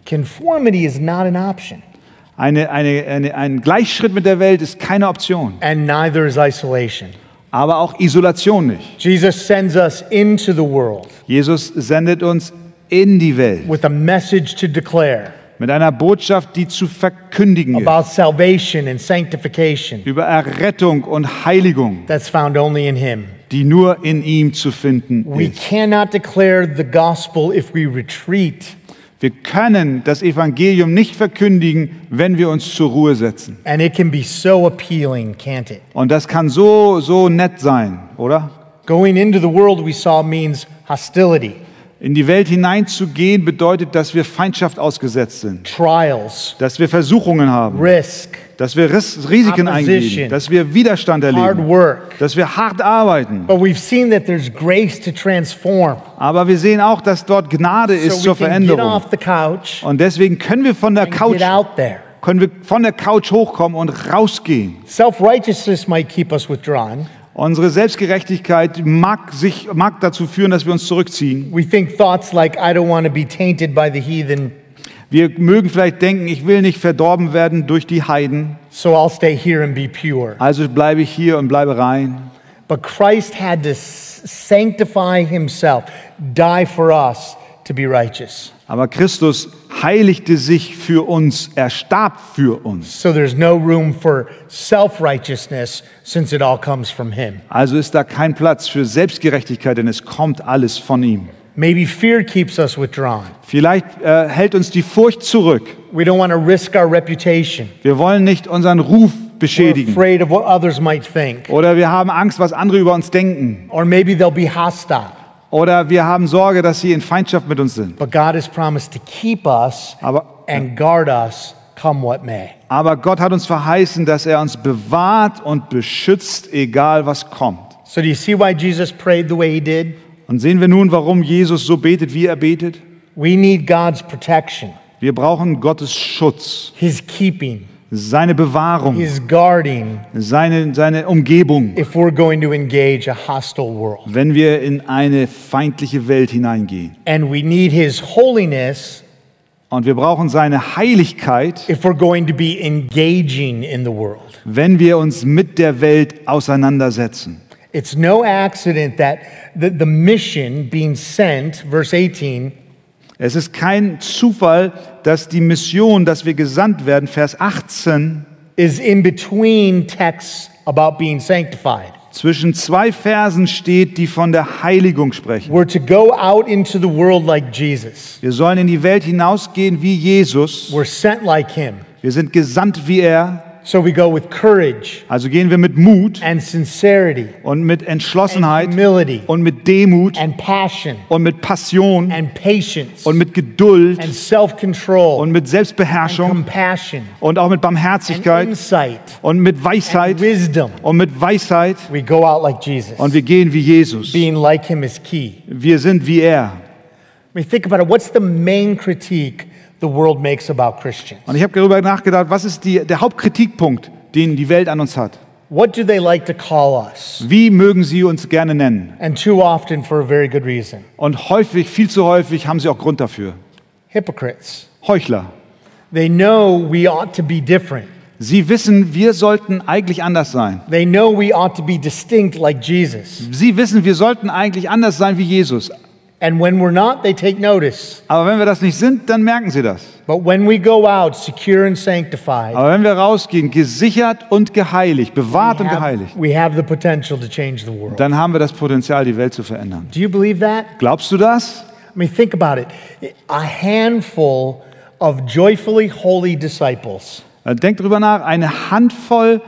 A: Conformity is not an option,
B: Eine, eine, eine, ein Gleichschritt mit der Welt ist keine Option,
A: and neither is isolation.
B: aber auch Isolation nicht.
A: Jesus sends us into the world
B: Jesus sendet uns in die Welt
A: with a message to declare
B: mit einer Botschaft, die zu verkündigen ist,
A: about salvation and sanctification
B: über Errettung und Heiligung,
A: that's found only in Him.
B: die nur in ihm zu finden
A: We
B: ist.
A: cannot declare the gospel if we retreat,
B: Wir können das Evangelium nicht verkündigen, wenn wir uns zur Ruhe setzen.
A: and it can be so appealing, can't it?
B: Und das kann so, so nett sein, oder?
A: Going into the world, we saw, means hostility,
B: In die Welt hineinzugehen bedeutet, dass wir Feindschaft ausgesetzt sind,
A: trials,
B: dass wir Versuchungen haben,
A: risk,
B: dass wir Riss, Risiken
A: Opposition.
B: eingehen, dass wir Widerstand
A: hard
B: erleben,
A: work.
B: dass wir hart arbeiten.
A: But we've seen that there's grace to transform.
B: Aber wir sehen auch, dass dort Gnade ist
A: so
B: zur
A: we can get
B: Veränderung.
A: off the couch
B: Und deswegen können wir von der
A: and get
B: Couch,
A: out there.
B: können wir von der Couch hochkommen und rausgehen.
A: Self righteousness might keep us withdrawn.
B: Unsere Selbstgerechtigkeit mag, sich, mag dazu führen, dass wir uns zurückziehen.
A: We think thoughts like, I don't want to be tainted by the heathen,
B: Wir mögen vielleicht denken, ich will nicht verdorben werden durch die Heiden,
A: so I'll stay here and be pure.
B: also bleibe ich hier und bleibe rein.
A: But Christ had to s- sanctify himself, die for us to be righteous.
B: Aber Christus heiligte sich für uns, er starb für uns.
A: So there's no room for self righteousness since it all comes from him.
B: Also ist da kein Platz für Selbstgerechtigkeit, denn es kommt alles von ihm.
A: Maybe fear keeps us withdrawn.
B: Vielleicht äh, hält uns die Furcht zurück.
A: We don't want to risk our reputation.
B: Wir wollen nicht unseren Ruf
A: We're
B: beschädigen.
A: afraid of what others might think.
B: Oder wir haben Angst, was andere über uns denken.
A: Or maybe they'll be hostile.
B: Oder wir haben Sorge, dass sie in Feindschaft mit uns sind.
A: But God has promised to keep us
B: Aber
A: and guard us come what may.
B: Aber Gott hat uns verheißen, dass er uns bewahrt und beschützt, egal was kommt.
A: So do you see why Jesus prayed the way he did?
B: Und sehen wir nun, warum Jesus so betet, wie er betet?
A: We need God's protection,
B: Wir brauchen Gottes Schutz,
A: his keeping,
B: seine Bewahrung,
A: his guarding
B: seine, seine Umgebung,
A: if we're going to engage a hostile world.
B: wenn wir in eine feindliche Welt hineingehen.
A: And we need his holiness
B: Und wir brauchen seine Heiligkeit,
A: if we're going to be engaging in the world.
B: wenn wir uns mit der Welt auseinandersetzen.
A: It's no accident that the, the mission being sent, verse 18,
B: Es ist kein Zufall, dass die Mission, dass wir gesandt werden, Vers 18,
A: is in between texts about being sanctified.
B: Zwischen zwei Versen steht, die von der Heiligung sprechen.
A: We're to go out into the world like Jesus.
B: Wir sollen in die Welt hinausgehen wie Jesus.
A: We're sent like him.
B: Wir sind gesandt wie er.
A: So we go with courage
B: Also gehen wir mit Mut
A: and sincerity
B: und mit
A: and
B: Entschlossenheit
A: humility
B: und mit Demut
A: and passion
B: und mit Passion
A: and patience
B: und mit
A: and
B: Geduld
A: self-control
B: und
A: and
B: mit Selbstbeherrschung
A: compassion
B: und auch mit
A: and
B: Barmherzigkeit
A: insight
B: und mit
A: and
B: Weisheit
A: wisdom.
B: und mit Weisheit.
A: We go out like Jesus.
B: Und wir gehen wie Jesus.
A: Being like him is key.
B: Wir sind wie er.
A: I mean, think about it. What's the main critique the world makes about Christians?
B: Und ich habe darüber nachgedacht, was ist die, der Hauptkritikpunkt, den die Welt an uns hat?
A: What do they like to call us?
B: Wie mögen sie uns gerne nennen?
A: And too often for a very good reason.
B: Und häufig, viel zu häufig, haben sie auch Grund dafür.
A: Hypocrites.
B: Heuchler.
A: They know we ought to be different.
B: Sie wissen, wir sollten eigentlich anders sein.
A: They know we ought to be distinct like Jesus.
B: Sie wissen, wir sollten eigentlich anders sein wie Jesus.
A: And when we're not, they take notice.
B: Aber wenn wir das nicht sind, dann merken sie das.
A: But when we go out secure and sanctified,
B: Aber wenn wir rausgehen, gesichert und geheiligt, bewahrt
A: we
B: und
A: have,
B: geheiligt,
A: we have the potential to change the world.
B: dann haben wir das Potenzial, die Welt zu verändern.
A: Do you believe that?
B: Glaubst du das?
A: I mean, think about it. A handful of joyfully holy disciples.
B: Dann Äh, Denk drüber nach. Eine Handvoll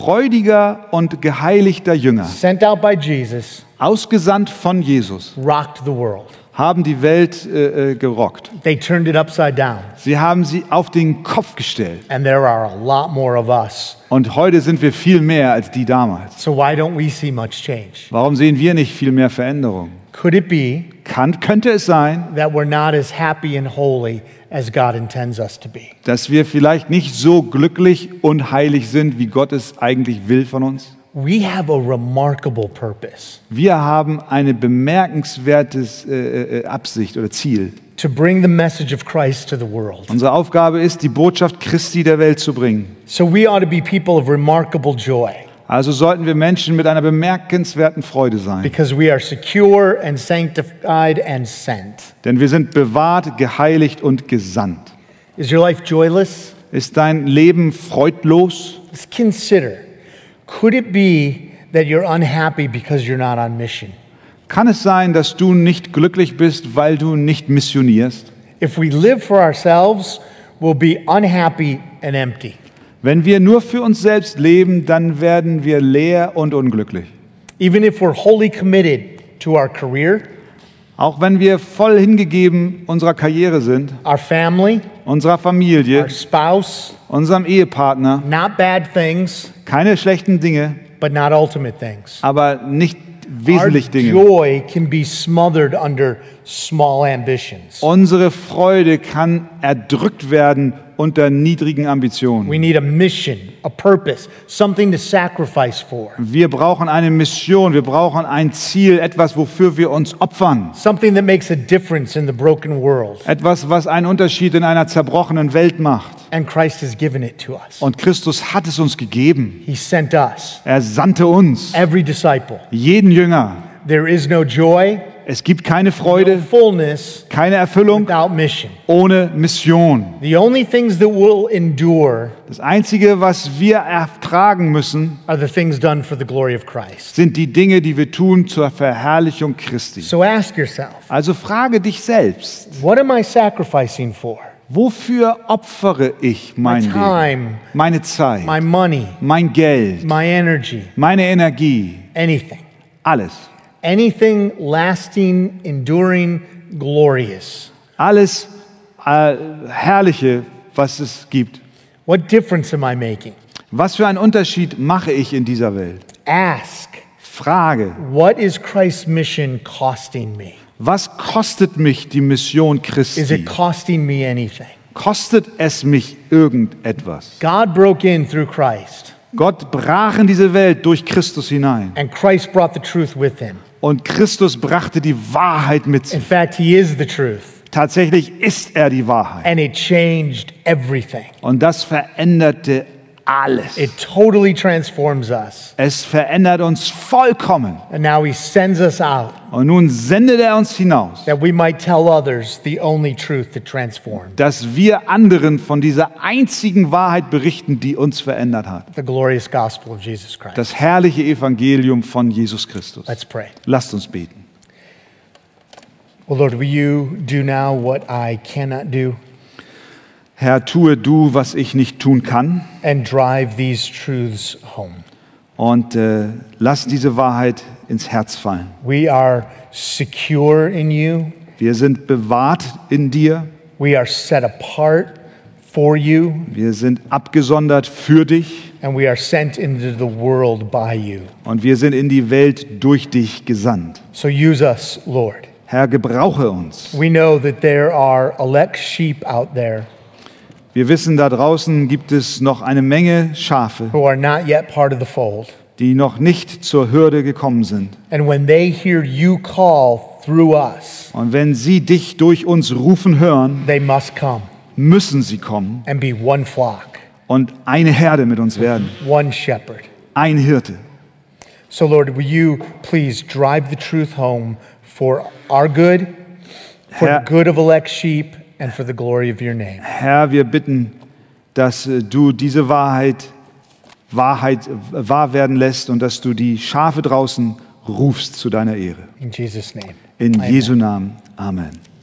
B: freudiger und geheiligter Jünger,
A: sent out by Jesus,
B: ausgesandt von Jesus,
A: rocked the world.
B: haben die Welt äh, äh, gerockt.
A: They turned it upside down.
B: Sie haben sie auf den Kopf gestellt.
A: And there are a lot more of us.
B: Und heute sind wir viel mehr als die damals.
A: So why don't we see much change?
B: Warum sehen wir nicht viel mehr Veränderung?
A: Could it be
B: Kann, könnte es sein,
A: that we're not as happy and holy as God intends us to be.
B: dass wir vielleicht nicht so glücklich und heilig sind, wie Gott es eigentlich will von uns?
A: We have a remarkable purpose
B: Wir haben eine bemerkenswertes äh, äh, Absicht oder Ziel.
A: to bring the message of Christ to the world.
B: Unsere Aufgabe ist, die Botschaft Christi der Welt zu bringen.
A: So we ought to be people of remarkable joy
B: Also sollten wir Menschen mit einer bemerkenswerten Freude sein.
A: because we are secure and sanctified and sent.
B: Denn wir sind bewahrt, geheiligt und gesandt.
A: Is your life joyless?
B: Ist dein Leben freudlos?
A: Let's consider could it be that you're unhappy because you're not on mission?
B: Kann es sein, dass du nicht glücklich bist, weil du nicht missionierst?
A: If we live for ourselves, we'll be unhappy and empty.
B: Wenn wir nur für uns selbst leben, dann werden wir leer und unglücklich.
A: Even if we're wholly committed to our career,
B: Auch wenn wir voll hingegeben unserer Karriere sind,
A: our family,
B: unserer
A: our
B: Familie,
A: spouse,
B: unserem Ehepartner,
A: not bad things,
B: keine schlechten Dinge,
A: but not ultimate things.
B: aber nicht
A: Our
B: wesentlich Dinge.
A: joy can be smothered under small ambitions.
B: Unsere Freude kann erdrückt werden unter niedrigen Ambitionen.
A: We need a mission, a purpose, something to sacrifice for,
B: Wir brauchen eine Mission, wir brauchen ein Ziel, etwas, wofür wir uns opfern.
A: something that makes a difference in the broken world.
B: Etwas, was einen Unterschied in einer zerbrochenen Welt macht.
A: And Christ has given it to us.
B: Und Christus hat es uns gegeben.
A: He sent us,
B: Er sandte uns,
A: every disciple.
B: jeden Jünger.
A: There is no joy,
B: Es gibt keine
A: no
B: Freude,
A: fullness
B: keine Erfüllung
A: without mission.
B: ohne Mission.
A: The only things that will endure
B: Das Einzige, was wir ertragen müssen,
A: are the things done for the glory of Christ.
B: sind die Dinge, die wir tun zur Verherrlichung Christi.
A: So ask yourself,
B: Also frage dich selbst,
A: what am I sacrificing for?
B: wofür opfere ich
A: My
B: mein Leben,
A: time,
B: meine Zeit,
A: my money,
B: mein Geld,
A: my energy,
B: meine Energie,
A: anything.
B: alles.
A: Anything lasting, enduring, glorious.
B: Alles äh, Herrliche, was es gibt.
A: What difference am I making?
B: Was für einen Unterschied mache ich in dieser Welt?
A: Ask,
B: Frage,
A: what is Christ's mission costing me?
B: was kostet mich die Mission
A: Is
B: Christi?
A: it costing me anything?
B: Kostet es mich irgendetwas?
A: God broke in through Christ,
B: Gott brach in diese Welt durch Christus hinein
A: and Christ brought the truth with him.
B: und Christus brachte die Wahrheit mit
A: In
B: sich.
A: fact, he is the truth,
B: Tatsächlich ist er die Wahrheit
A: and it changed everything.
B: und das veränderte alles.
A: It totally transforms us.
B: Es verändert uns vollkommen.
A: And now he sends us out
B: Und nun sendet er uns hinaus.
A: that we might tell others the only truth that transforms
B: dass wir anderen von dieser einzigen Wahrheit berichten, die uns verändert hat.
A: the glorious gospel of Jesus Christ.
B: Das herrliche Evangelium von Jesus Christus.
A: Let's pray.
B: Lasst uns beten.
A: Well, Lord, will you do now what I cannot do
B: Herr, tue du, was ich nicht tun kann
A: and drive these truths home?
B: und äh, lass diese Wahrheit ins Herz fallen.
A: We are secure in you,
B: Wir sind bewahrt in dir,
A: we are set apart for you,
B: wir sind abgesondert für dich
A: and we are sent into the world by you.
B: und wir sind in die Welt durch dich gesandt.
A: So use us, Lord.
B: Herr, gebrauche uns.
A: We know that there are elect sheep out there
B: Wir wissen, da draußen gibt es noch eine Menge Schafe,
A: who are not yet part of the fold.
B: die noch nicht zur Hürde gekommen sind.
A: And when they hear you call through us,
B: Und wenn sie dich durch uns rufen hören,
A: they must come
B: müssen sie kommen
A: and be one flock,
B: und eine Herde mit uns werden,
A: one shepherd.
B: ein Hirte.
A: So, Lord, will you please drive the truth home for our good, for
B: Herr-
A: the good of elect sheep, and for the glory of your name?
B: Herr, wir bitten, dass äh, du diese Wahrheit, Wahrheit äh, wahr werden lässt und dass du die Schafe draußen rufst zu deiner Ehre.
A: In Jesus' name.
B: In
A: Amen.
B: Jesu Namen. Amen.